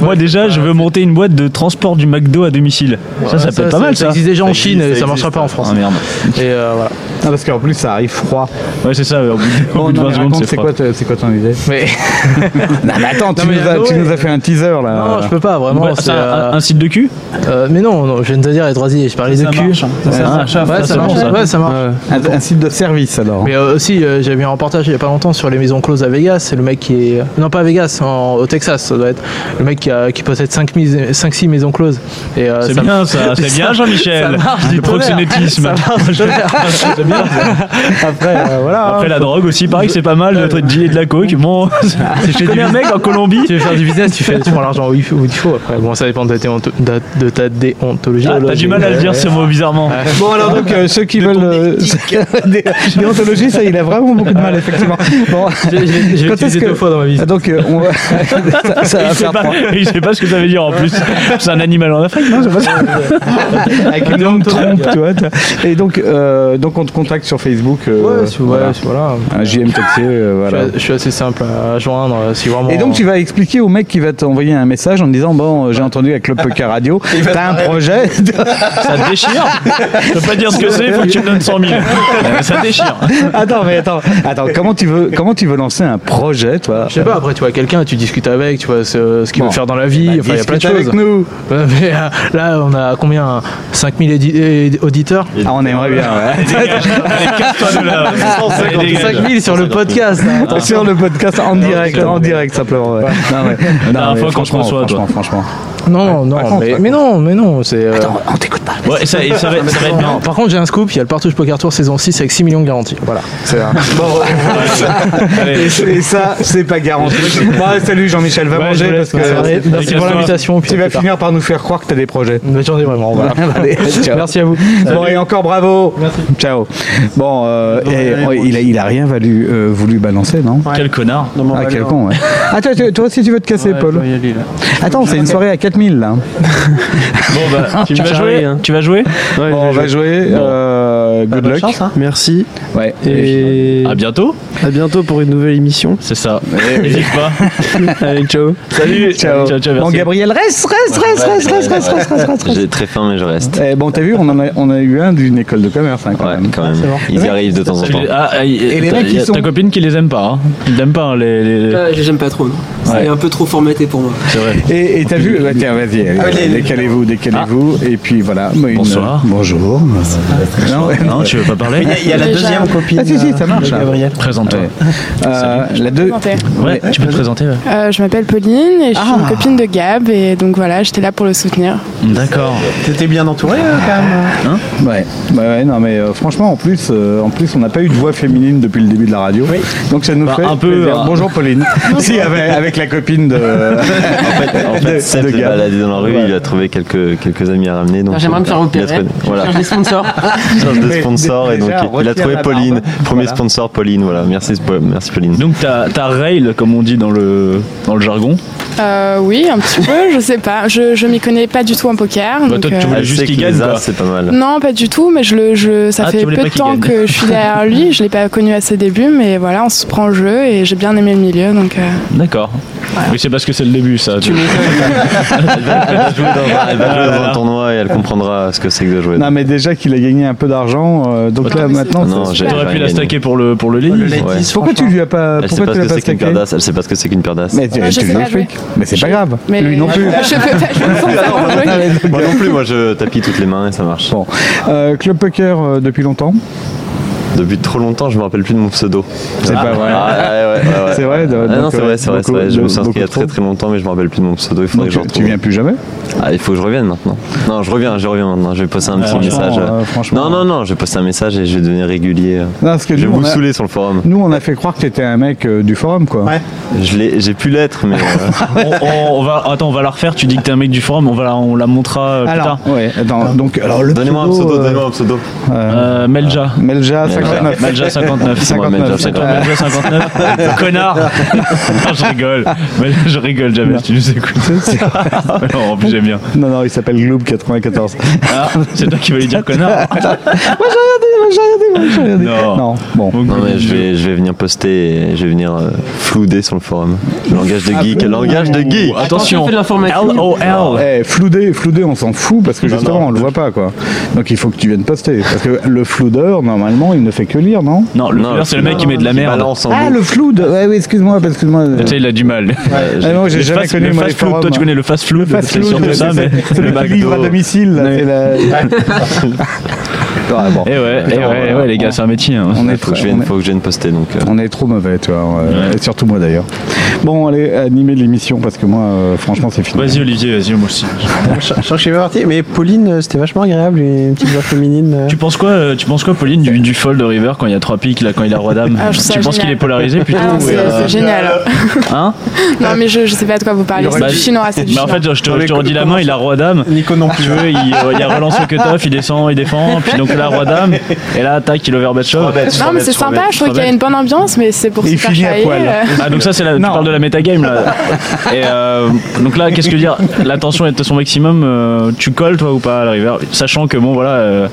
Moi déjà, je veux monter une boîte de transport du McDo à domicile. Ça, ça peut être pas mal ça. ça existe déjà en existe, Chine et ça existe. marchera pas en France Ah merde. et euh, voilà Ah, parce qu'en plus ça arrive froid. Ouais, c'est ça. Au <laughs> bout de, au Oh, Bon, bout de non, 20 mais secondes, raconte, c'est c'est froid. quoi, te- c'est quoi ton idée <laughs> Non, mais attends, tu, Non, mais nous, as, ouais. tu nous as fait un teaser là. non je peux pas Ouais, vraiment c'est c'est, Bah, un- euh, un site de cul euh, mais non, non je viens de te dire les trois idées je parlais de cul Ça, ça Ouais, marche, ouais, ça, ça c'est marche bon, ça. Ah, ouais ça marche Un, un site de service alors. Mais euh, aussi, euh, j'avais vu un reportage il y a pas longtemps sur les maisons closes à Vegas. C'est le mec qui est. Non, pas à Vegas, en- au Texas, ça doit être. Le mec qui, a- qui possède 5-6 maisons closes. Et, euh, C'est bien <laughs> ça, c'est bien Jean-Michel. Ça marche du Le tonnerre. proxénétisme. Ça marche du tonnerre. <laughs> C'est bien. Après, euh, voilà. Après la drogue aussi, pareil, c'est pas mal de te dealer de la coke. Bon, <laughs> je connais un mec en Colombie. Tu veux faire du business, tu, fais, tu prends l'argent où il faut. où il faut. Après, bon, ça dépend de ta, déonto- de- de ta déontologie. Ah, T'as du mal à le dire Ouais. ce mot bizarrement. Bon alors donc euh, ceux qui veulent euh, <laughs> des- déontologie, ça il a vraiment beaucoup de mal effectivement. Bon, J'ai- j'ai- J'ai Quand utilisé est-ce que- deux fois dans ma vie. Ah, donc euh, on va- <laughs> ça, ça Il va sait, faire pas, trois. <laughs> il sait pas ce que ça veut dire en plus. C'est un animal en Afrique, hein. non Avec une longue trompe, tu vois. t'as- Et donc euh, donc on te contacte sur Facebook. euh, Ouais, c'est- ouais, voilà. c'est- voilà. Un JM Texier, euh, Je suis voilà. a- Je suis assez simple à joindre euh, si vraiment. Et donc tu vas expliquer au mec qui va t'envoyer un message en disant bon euh, j'ai entendu avec Club Poker Radio t'as un projet Ça te déchire Je peux pas dire ce que c'est, faut que tu me donnes 100 000. Ça <laughs> déchire. attends mais attends attends comment tu veux comment tu veux lancer un projet toi Je sais pas, après tu vois quelqu'un, tu discutes avec, tu vois ce, ce qu'il Bon. Bah, veut faire dans la vie, enfin il y a plein de Discute choses. avec nous Ouais, <laughs> mais, euh, là, on a combien 5000 édi- euh, auditeurs ah, on aimerait bien ouais. Casse-toi de là. Allez, dégage. 5000 sur le podcast hein. sur le podcast en direct, en direct simplement. Ouais. Non, ouais. dernière mais fois qu'on te franchement, reçoit, toi. franchement, franchement. <laughs> Non, non, mais, mais non, mais non, c'est. euh, Ouais, et ça, et ça va, ça va être bien. non, Par contre, j'ai un scoop, il y a le Partouche Poker Tour saison 6 avec 6 millions de garanties. Voilà. Et, et ça, c'est pas garanti. Bon, salut Jean-Michel, va Ouais, je manger vous parce laisse, que bonne soirée. Merci pour l'invitation, puis Tu à vas plus tard. finir par nous faire croire que t'as des projets. Une bonne journée vraiment. Voilà. Allez, ciao. Merci à vous. Bon, et encore bravo. Ciao. Bon, euh, et, oh, il, a, il a rien valu, euh, voulu balancer, non Quel connard. Ah, quel con, ouais. Attends, tu- toi aussi tu veux te casser, Paul Attends, c'est une soirée à 4000 là. Bon, Ah, bah, tu vas jouer hein. Tu vas jouer Bon, bah, on va jouer. euh, good luck. hein. Merci Ouais. et À bientôt. à bientôt pour une nouvelle émission. C'est ça. N'hésite pas. Allez, ciao. Salut. Ciao. Ciao, ciao, bon, merci. Gabriel, reste, reste, reste, reste, reste, reste, reste, reste, reste. J'ai très faim, mais je reste. Eh, bon, t'as vu, on en a, on a eu un d'une école de commerce, hein, quand Ouais, même. quand même. Ils y arrivent de temps en temps. Ah, ah, y- Et les ta- mecs, ils y a sont- Ta copine qui les aime pas. Hein. Ils l'aiment pas, hein, les. les- Là, j'aime pas trop. non. Ouais. C'est un peu trop formaté pour moi. C'est vrai. Et et t'as vu, ouais, tiens, vas-y, allez, Allez, allez. décalez-vous, décalez-vous, et puis voilà. moi, une- Bonsoir. bonjour. Non, ouais, non. Non, tu veux pas parler Il y a la deuxième copine. euh, Ah si, si, ça marche. là. Présente-toi. Ouais. Euh, la deux. Ouais, tu peux te présenter. ouais. Euh, je m'appelle Pauline et je suis une copine de Gab et donc voilà, j'étais là pour le soutenir. D'accord. T'étais bien entouré euh, quand même. ouais. Bah ouais, non mais euh, franchement en plus, euh, en plus on n'a pas eu de voix féminine depuis le début de la radio, donc ça nous Bah, fait un peu, plaisir. hein. Bonjour Pauline. si avec, avec la copine de. en fait, <laughs> En fait, Seb s'est baladé dans la rue, il a trouvé quelques, quelques amis à ramener. donc, Alors, J'aimerais me faire il a repérer. trouvé- Voilà. Je cherche des sponsors. Il cherche <laughs> des sponsors et donc déjà, il a retire trouvé la Pauline. barbe. Premier Voilà. sponsor, Pauline. Voilà, merci, Spo- merci Pauline. Donc t'as t'as rail comme on dit dans le dans le jargon. Bah, Euh, oui, un petit peu, je sais pas. Je, je m'y connais pas du tout en poker. Bah, donc, toi tu euh, voulais Elle juste sait qu'il que les gagne. as, quoi. Ah, c'est pas mal. Non, pas du tout, mais je le, je, ça Ah, tu fait voulais peu pas de qu'il temps gagne. que je suis derrière lui. Je l'ai pas connu à ses débuts, mais voilà, on se prend au jeu et j'ai bien aimé le milieu. Donc, euh, D'accord. Oui, c'est parce que c'est le début, ça. Tu <laughs> Ah, Elle va jouer dans un tournoi et elle comprendra ce que c'est que de jouer. Non mais déjà qu'il a gagné un peu d'argent, euh, donc là maintenant. Non, c'est- j'ai- T'aurais pu j'ai la gagné. stacker pour le pour le ladies. Ouais. Pourquoi tu lui as pas Elle sait Pourquoi pas tu ce l'as pas que Bah, c'est qu'une stacké perdasse. Elle sait pas ce que c'est qu'une perdasse. Mais tu, Ouais, Ah, je tu sais lui pas expliques. Mais c'est pas grave. mais Lui non plus. Je peux pas, je peux pas jouer. <laughs> Moi non plus, moi je tapis toutes les mains et ça marche. Euh, Club Poker euh, depuis longtemps. Depuis trop longtemps, je me rappelle plus de mon pseudo. C'est pas vrai. Ah, ouais, ouais, ouais, ouais. C'est vrai, Ah, non, donc, c'est euh, vrai, c'est vrai, donc, c'est vrai. Je me suis donc, inscrit il y a très très longtemps, mais je me rappelle plus de mon pseudo. Il faudrait Donc, que je tu- tu retrouve. viens plus jamais Ah, il faut que je revienne maintenant. Non, je reviens, je reviens maintenant. Je vais poster un Ah, petit franchement, message. euh, franchement. non, non, non, je vais poster un message et je vais devenir régulier. parce que je vais nous, vous on a- saouler sur le forum. Nous, on a fait croire que t'étais un mec euh, du forum, quoi. Je l'ai- j'ai pu l'être, mais. euh, <laughs> on, on- on va attends, on va la refaire. Tu dis que t'es un mec du forum. On va la, on la montrera euh, plus Alors, tard. ouais, attends, donc, alors le Donnez-moi un pseudo, donnez-moi un pseudo. Euh, Melja. Melja 59. Melja 59. C'est moi, Melja 59. Melja <laughs> 59. Connard. Non, je rigole. Mais je rigole jamais. Tu nous écoutes. <laughs> non, en plus j'aime bien. Non, non, il s'appelle Gloob94. Ah, c'est toi qui vas lui dire connard. Non. <laughs> Non, bon. Non, mais Ah je vais, je vais venir poster et je vais venir euh, flouder sur le forum. Le langage de Ah, geek, le langage oh. de geek Attention. Fais de l'informatique. LOL. Eh, floudé, floudé, on s'en fout parce que Non, justement, non. on le voit pas, quoi. Donc, il faut que tu viennes poster. Parce que le floudeur, normalement, il ne fait que lire, non Non, le fleur, c'est le mec qui met de la merde. balance en Ah, boucle. le floude Ouais, oui, excuse-moi, excuse-moi. Tu sais, il a du mal. Ouais, Ah j'ai- non, j'ai Le jamais fast- connu le moi, les fast food, forums. hein. toi tu connais le fast food, Fast c'est food, surtout c'est- ça, mais c'est- c'est le le qui livre à McDo. domicile, là, c'est la... Ah, bon. Eh ouais, eh Putain, ouais, on- ouais, les gars, c'est un métier. hein. On est, Faut très- que je on vienne, est- faut que je vienne poster donc. euh, on est trop mauvais, tu vois, euh, et surtout moi d'ailleurs. Bon, allez, animer l'émission parce que moi, euh, franchement, c'est fini. Vas-y Olivier, vas-y moi aussi. Je suis pas parti, mais Pauline, euh, c'était vachement agréable, une petite voix féminine. euh. Tu penses quoi, euh, tu penses quoi Pauline du, du fold de river quand il y a trois piques là, quand il a roi dame Ah, je trouve ça Tu penses qu'il génial. est polarisé plutôt Ah non, ou, c'est euh, c'est génial. Hein Non, mais je, je sais pas de quoi vous parlez. C'est Bah, du chinois, c'est du Mais en chinois. fait, je te, je te redis la main, il a roi dame. Nico non plus. Tu veux, il, euh, il y a relance au cutoff, il descend, il défend, puis donc là roi dame, et là attaque, il overbet shove. Non, mais c'est sympa, je trouve qu'il y a une bonne ambiance, mais c'est pour se Il faire finit à chahuter, poil. euh, Ah donc ça c'est la, tu parles de la metagame là. Et euh, donc là qu'est-ce que dire La tension est à son maximum. euh, tu colles toi ou pas à la river Sachant que bon voilà, euh,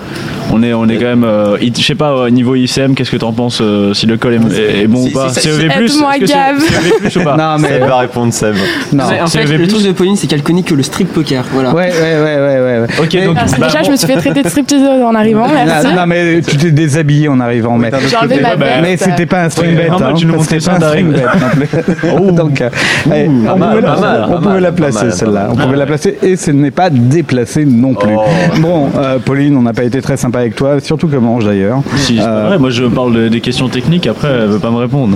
on est on est quand même. euh, it- je sais pas au niveau ICM qu'est-ce que t'en penses euh, si le col est, est- est bon ou pas c'est- CEV plus Aide-moi, Est-ce que c'est- Gab. CEV plus ou pas Non, mais. Seb va répondre, Seb. non. Ouais, en C'est fait, le le plus. truc de Pauline, c'est qu'elle connaît que le strip poker. Voilà. Ouais, ouais, ouais, ouais, ouais. ouais. Ok donc parce que bah, Déjà, bon. je me suis fait traiter de stripteaseuse en arrivant, merci. Non, non, mais tu t'es déshabillé en arrivant, mais. J'ai enlevé ma bah, Ben, veste. Mais c'était pas un string Oui, bet. un hein, match, tu nous parce que montrais c'est pas ça un string d'arrive. <laughs> bet non plus. <laughs> Donc, euh, allez, on mal, pouvait Oh. pas la- mal, on pas pouvait mal, la pas placer mal. Oh. celle-là. On pouvait la placer et ce n'est pas déplacé non plus. Bon, euh, Pauline, on n'a pas été très sympa avec toi, surtout que mange d'ailleurs. Si, c'est pas vrai, moi je parle de- des questions techniques, après elle veut pas me répondre.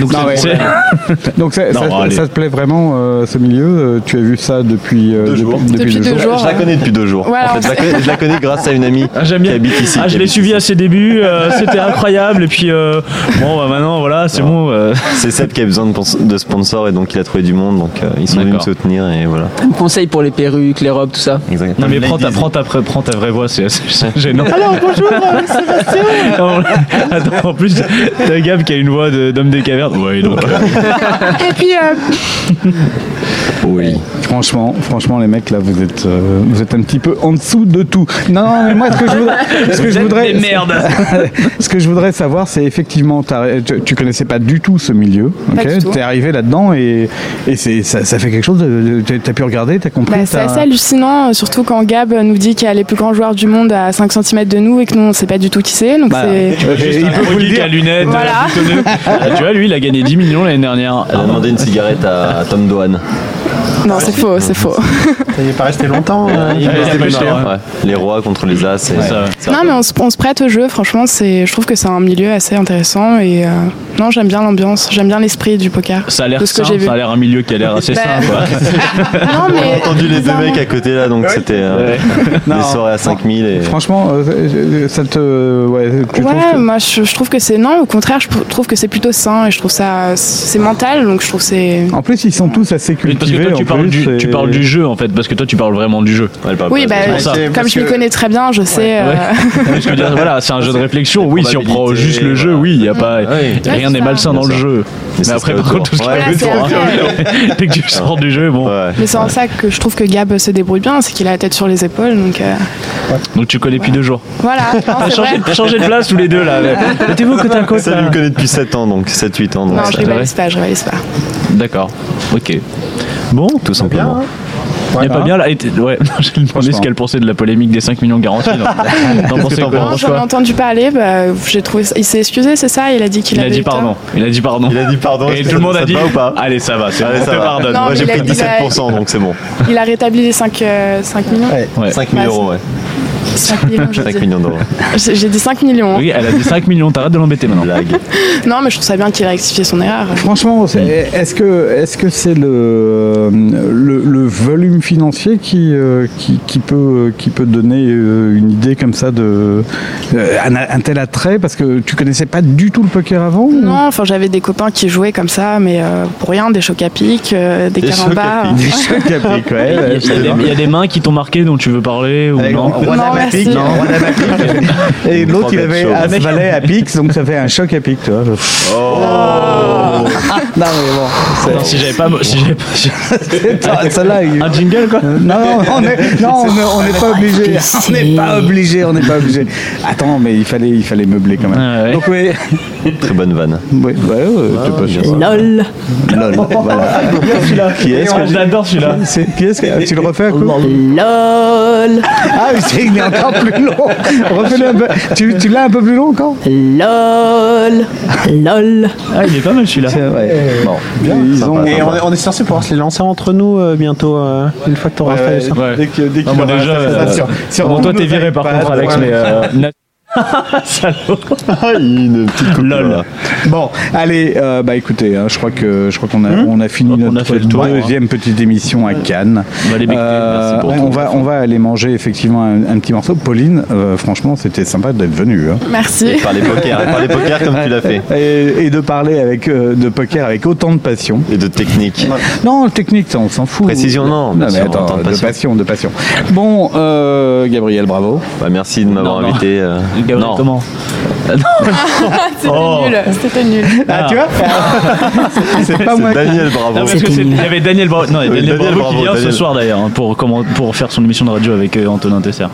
Donc Non, c'est- ouais. c'est- Donc ça, Non, ça- bon, allez. ça te plaît vraiment euh, ce milieu Euh, Tu as vu ça depuis euh, Deux depuis- jours. Depuis deux Je la- je la ouais. connais depuis deux jours. Voilà, En fait, on je, la sait. connais, je la connais grâce à une amie Ah, j'aime bien. qui habite ici. Ah, qui je l'ai habite suivi ici. à ses débuts, euh, <laughs> c'était incroyable. Et puis, euh, bon, bah, maintenant, voilà, c'est bon. euh, C'est Seb qui a besoin de, pons- de sponsors et donc il a trouvé du monde. Donc euh, ils sont venus me D'accord. soutenir et voilà. Conseil pour les perruques, les robes, tout ça. Non, mais prends ta, prends, ta, prends ta vraie voix, c'est assez c'est gênant. Alors, euh, <laughs> bonjour, Sébastien Attends, en plus, t'as Gab qui a une voix de- d'homme des cavernes. Ouais, donc. euh, Et puis, euh, Oui. Franchement, franchement, les mecs là, vous êtes, euh, vous êtes un petit peu en dessous de tout. Non, non, mais moi, ce que je <laughs> voudrais, ce que je voudrais, des merdes. <laughs> ce que je voudrais savoir, c'est effectivement, t'as- tu, tu connaissais pas du tout ce milieu, Pas ok du tout. T'es arrivé là-dedans et, et c'est, ça, ça fait quelque chose. de- de- t'as- T'as pu regarder, t'as compris. bah, c'est t'as- assez hallucinant, euh, surtout quand Gab nous dit qu'il y a les plus grands joueurs du monde à 5 cm de nous et que nous, on sait pas du tout qui c'est. Donc, Bah, c'est. euh, Juste il un <laughs> peut gros vous le geek à dire. lunettes. Voilà. euh, boutonneux. Ah, tu vois, lui, il a gagné 10 millions l'année dernière. Elle a demandé une cigarette à, à Tom Doane. bah, Non, c'est faux, c'est faux. Il n'est pas resté longtemps. Il est dépêché, hein. Les rois contre les as. c'est- c'est- Non, mais on se, on se prête au jeu, franchement, c'est, je trouve que c'est un milieu assez intéressant et euh, non, j'aime bien l'ambiance, j'aime bien l'esprit du poker. Ça a l'air de ce que sain, j'ai vu. ça a l'air un milieu qui a l'air assez <laughs> Bah, sain. quoi. Non, mais On a entendu les deux hein. mecs à côté là, donc c'était euh, des soirées à 5000 et. Franchement, euh, ça te. Ouais, tu ouais, trouves que- moi je, je trouve que c'est non, au contraire, je trouve que c'est plutôt sain et je trouve ça c'est mental, donc je trouve que c'est. En plus, ils sont tous assez Mais Parce que cultivés. toi, tu en parles, plus, du, et- tu parles du jeu en fait, parce que toi, tu parles vraiment du jeu. Oui, bah, C'est pour ça. comme je m'y connais très bien, je sais. euh, <laughs> Parce que là, voilà, c'est un jeu de réflexion. Oui, si on prend probabilités, juste le jeu, oui, il y a pas, Ouais, rien c'est n'est ça. malsain dans le Bien sûr. jeu. Mais Mais, ça, après, c'est par autour. contre, tout ce qui Ouais, est c'est autour, après. hein. <laughs> dès que tu sors du jeu, bon. Mais c'est en ça que je trouve que Gab se débrouille bien, c'est qu'il a la tête sur les épaules, donc euh, Donc tu connais depuis deux jours. voilà. <laughs> non, Ah, c'est changez, vrai. changez de place tous les deux là. Mettez-vous côte à côte. Ça, lui me connaît depuis 7 ans, donc 7-8 ans. Donc Non, ça- je rivalise pas, je rivalise pas. D'accord. Ok. Bon, tout simplement. Il n'y a pas bien là. et t- Ouais, <laughs> je lui demandais ce qu'elle pensait de la polémique des 5 millions garantis. là. T'en Qu'est-ce pensais que t'en quoi Non, j'en ai entendu parler, bah, j'ai trouvé ça- Il s'est excusé, c'est ça Il a dit qu'il Il a avait dit eu tort. pardon. Il a dit pardon. Il a dit pardon. Et est-ce tout que le monde ça a te dit. va ou pas Allez, ça va. C'est Allez, bon, ça on te va. pardonne. Non, Moi mais j'ai il a- pris il a- 17%, donc c'est bon. Il a rétabli les 5, millions. 5 000 euros, ouais. 5 millions, je 5 dis. millions d'euros. J'ai j'ai dit 5 millions. hein. Oui, elle a dit 5 millions. T'arrêtes de l'embêter maintenant. Non, mais je trouve ça bien qu'il a rectifié son erreur. Franchement, c'est- est-ce que est-ce que c'est le, le le volume financier qui euh, qui, qui peut qui peut donner euh, une idée comme ça de euh, un, un tel attrait parce que tu connaissais pas du tout le poker avant ou- Non, enfin j'avais des copains qui jouaient comme ça, mais euh, pour rien, des chocs à pic, euh, des, carambars. Des chocs à pic, <laughs> Il y a- ouais. il y a des- il y, a des mains qui t'ont marqué dont tu veux parler ou non Roi Non, damatique, merci. Non. roi <laughs> Et Une l'autre, il trompette avait chaude. un valet à pic, donc ça fait un choc à pic, tu vois. Oh Non, mais bon. c'est- Attends, si j'avais pas, si j'avais pas, Attends, celle-là, il- un jingle quoi. Euh, Non, non, on est- non, on est- on n'est pas obligé. On n'est pas obligé, on n'est pas obligé. Attends, mais il fallait, il fallait meubler quand même. Ah Donc oui. Très bonne vanne. Oui, bah, euh, t'es pas sûr. LOL. Lol, Ah, voilà. Qui est-ce que j'adore celui-là C'est qui est-ce que tu le refais Claude LOL. Ah, mais c'est il est encore plus long. Refais-le un peu. Tu, tu l'as un peu plus long encore LOL. LOL. Ah, il est pas mal celui-là. Euh, Bon, ils ont. Et on, est- on est censé pouvoir se les lancer entre nous euh, bientôt, euh, une fois que t'auras fait ça. Dès que, dès Non, bon, déjà, euh, bon, toi t'es viré par contre, Alex, mais. <laughs> euh, Nat- Salaud. Ah, Une petite coupe. Lol. Bon, allez, euh, bah écoutez, hein, je crois que je crois qu'on a on a fini notre fait le tour, deuxième petite émission à Cannes. va les becquer, merci pour ouais, ton on va on va aller manger effectivement un, un petit morceau. Pauline, euh, franchement, c'était sympa d'être venue. hein. Merci. Par les poker, par les poker comme tu l'as fait. Et, et de parler avec euh, de poker avec autant de passion. Et de technique. Non, technique, ça, on s'en fout. Précision, non, bien mais sûr, attends, autant de de passion. passion. de passion. Bon, euh, Gabriel, bravo. Bah, merci de m'avoir Non, non. invité. euh, Gabriel, non. comment C'était nul, c'était nul. Ah, tu vois <laughs> C'est pas C'est moi. qui- Daniel, Non, bravo. parce que c'est- il y avait Daniel Bravo, non, il y avait Oui, Daniel Daniel Bravo qui Bravo, vient Daniel. ce soir d'ailleurs hein, pour, comment, pour faire son émission de radio avec euh, Antonin Tesser.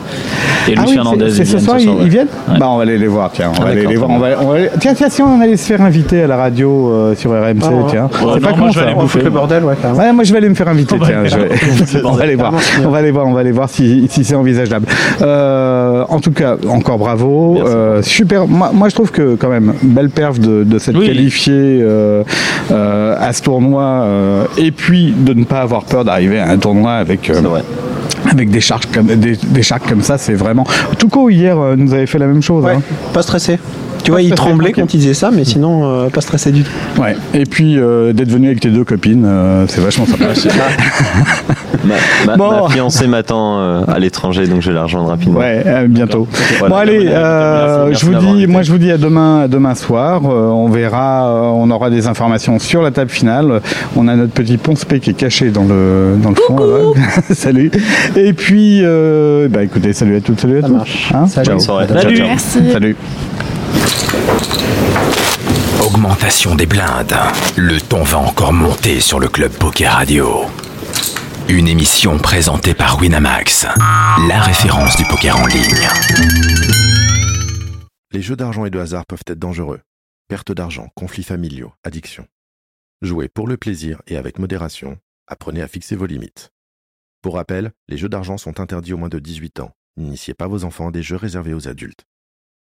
Et Ah Luis oui, Fernandez. c'est- c'est ils ce viennent soir, ils ouais. ils viennent Ouais. Bah, on va aller les voir, tiens. On Ah, va aller d'accord, les voir. très On va, on va aller- Tiens, tiens, si on allait se faire inviter à la radio euh, sur RMC, tiens. Ouais, non, moi, je vais aller Ouais, bouffer. Le bordel, ouais, carrément. Ouais, moi je vais aller me faire inviter. On va tiens, aller je voir. vais- <laughs> on va aller voir. On va aller voir. On va aller voir si, si c'est envisageable. Euh, en tout cas, encore bravo. Euh, super. Moi, moi, je trouve que quand même belle perf de, de s'être Oui. qualifié euh, euh, à ce tournoi euh, et puis de ne pas avoir peur d'arriver à un tournoi avec. euh, Avec des charges comme des, des charges comme ça, c'est vraiment. Touko hier euh, nous avait fait la même chose. hein. Pas stressé. Tu vois, il stressé, tremblait tranquille. quand il disait ça, mais sinon, euh, pas stressé du tout. Ouais. Et puis euh, d'être venu avec tes deux copines, euh, c'est vachement sympa. Ma, ma- Bon. ma fiancée m'attend euh, à l'étranger, donc je vais la rejoindre rapidement. <laughs> Ouais, à bientôt. Bon allez, euh, Merci je vous d'avoir dis, invité. moi je vous dis à demain, à demain soir. Euh, on verra, euh, on aura des informations sur la table finale. On a notre petit Ponspé qui est caché dans le dans le fond. là-bas. <laughs> salut. Et puis, euh, bah écoutez, salut à toutes, salut à tous. Hein Bonne soirée. Ciao, ciao. Salut. Augmentation des blindes. Le ton va encore monter sur le Club Poker Radio. Une émission présentée par Winamax, la référence du poker en ligne. Les jeux d'argent et de hasard peuvent être dangereux. Perte d'argent, conflits familiaux, addiction. Jouez pour le plaisir et avec modération. Apprenez à fixer vos limites. Pour rappel, les jeux d'argent sont interdits aux moins de 18 ans. N'initiez pas vos enfants à des jeux réservés aux adultes.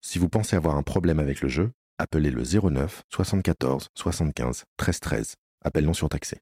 Si vous pensez avoir un problème avec le jeu, appelez le 09 74 75 13 13. Appel non surtaxé.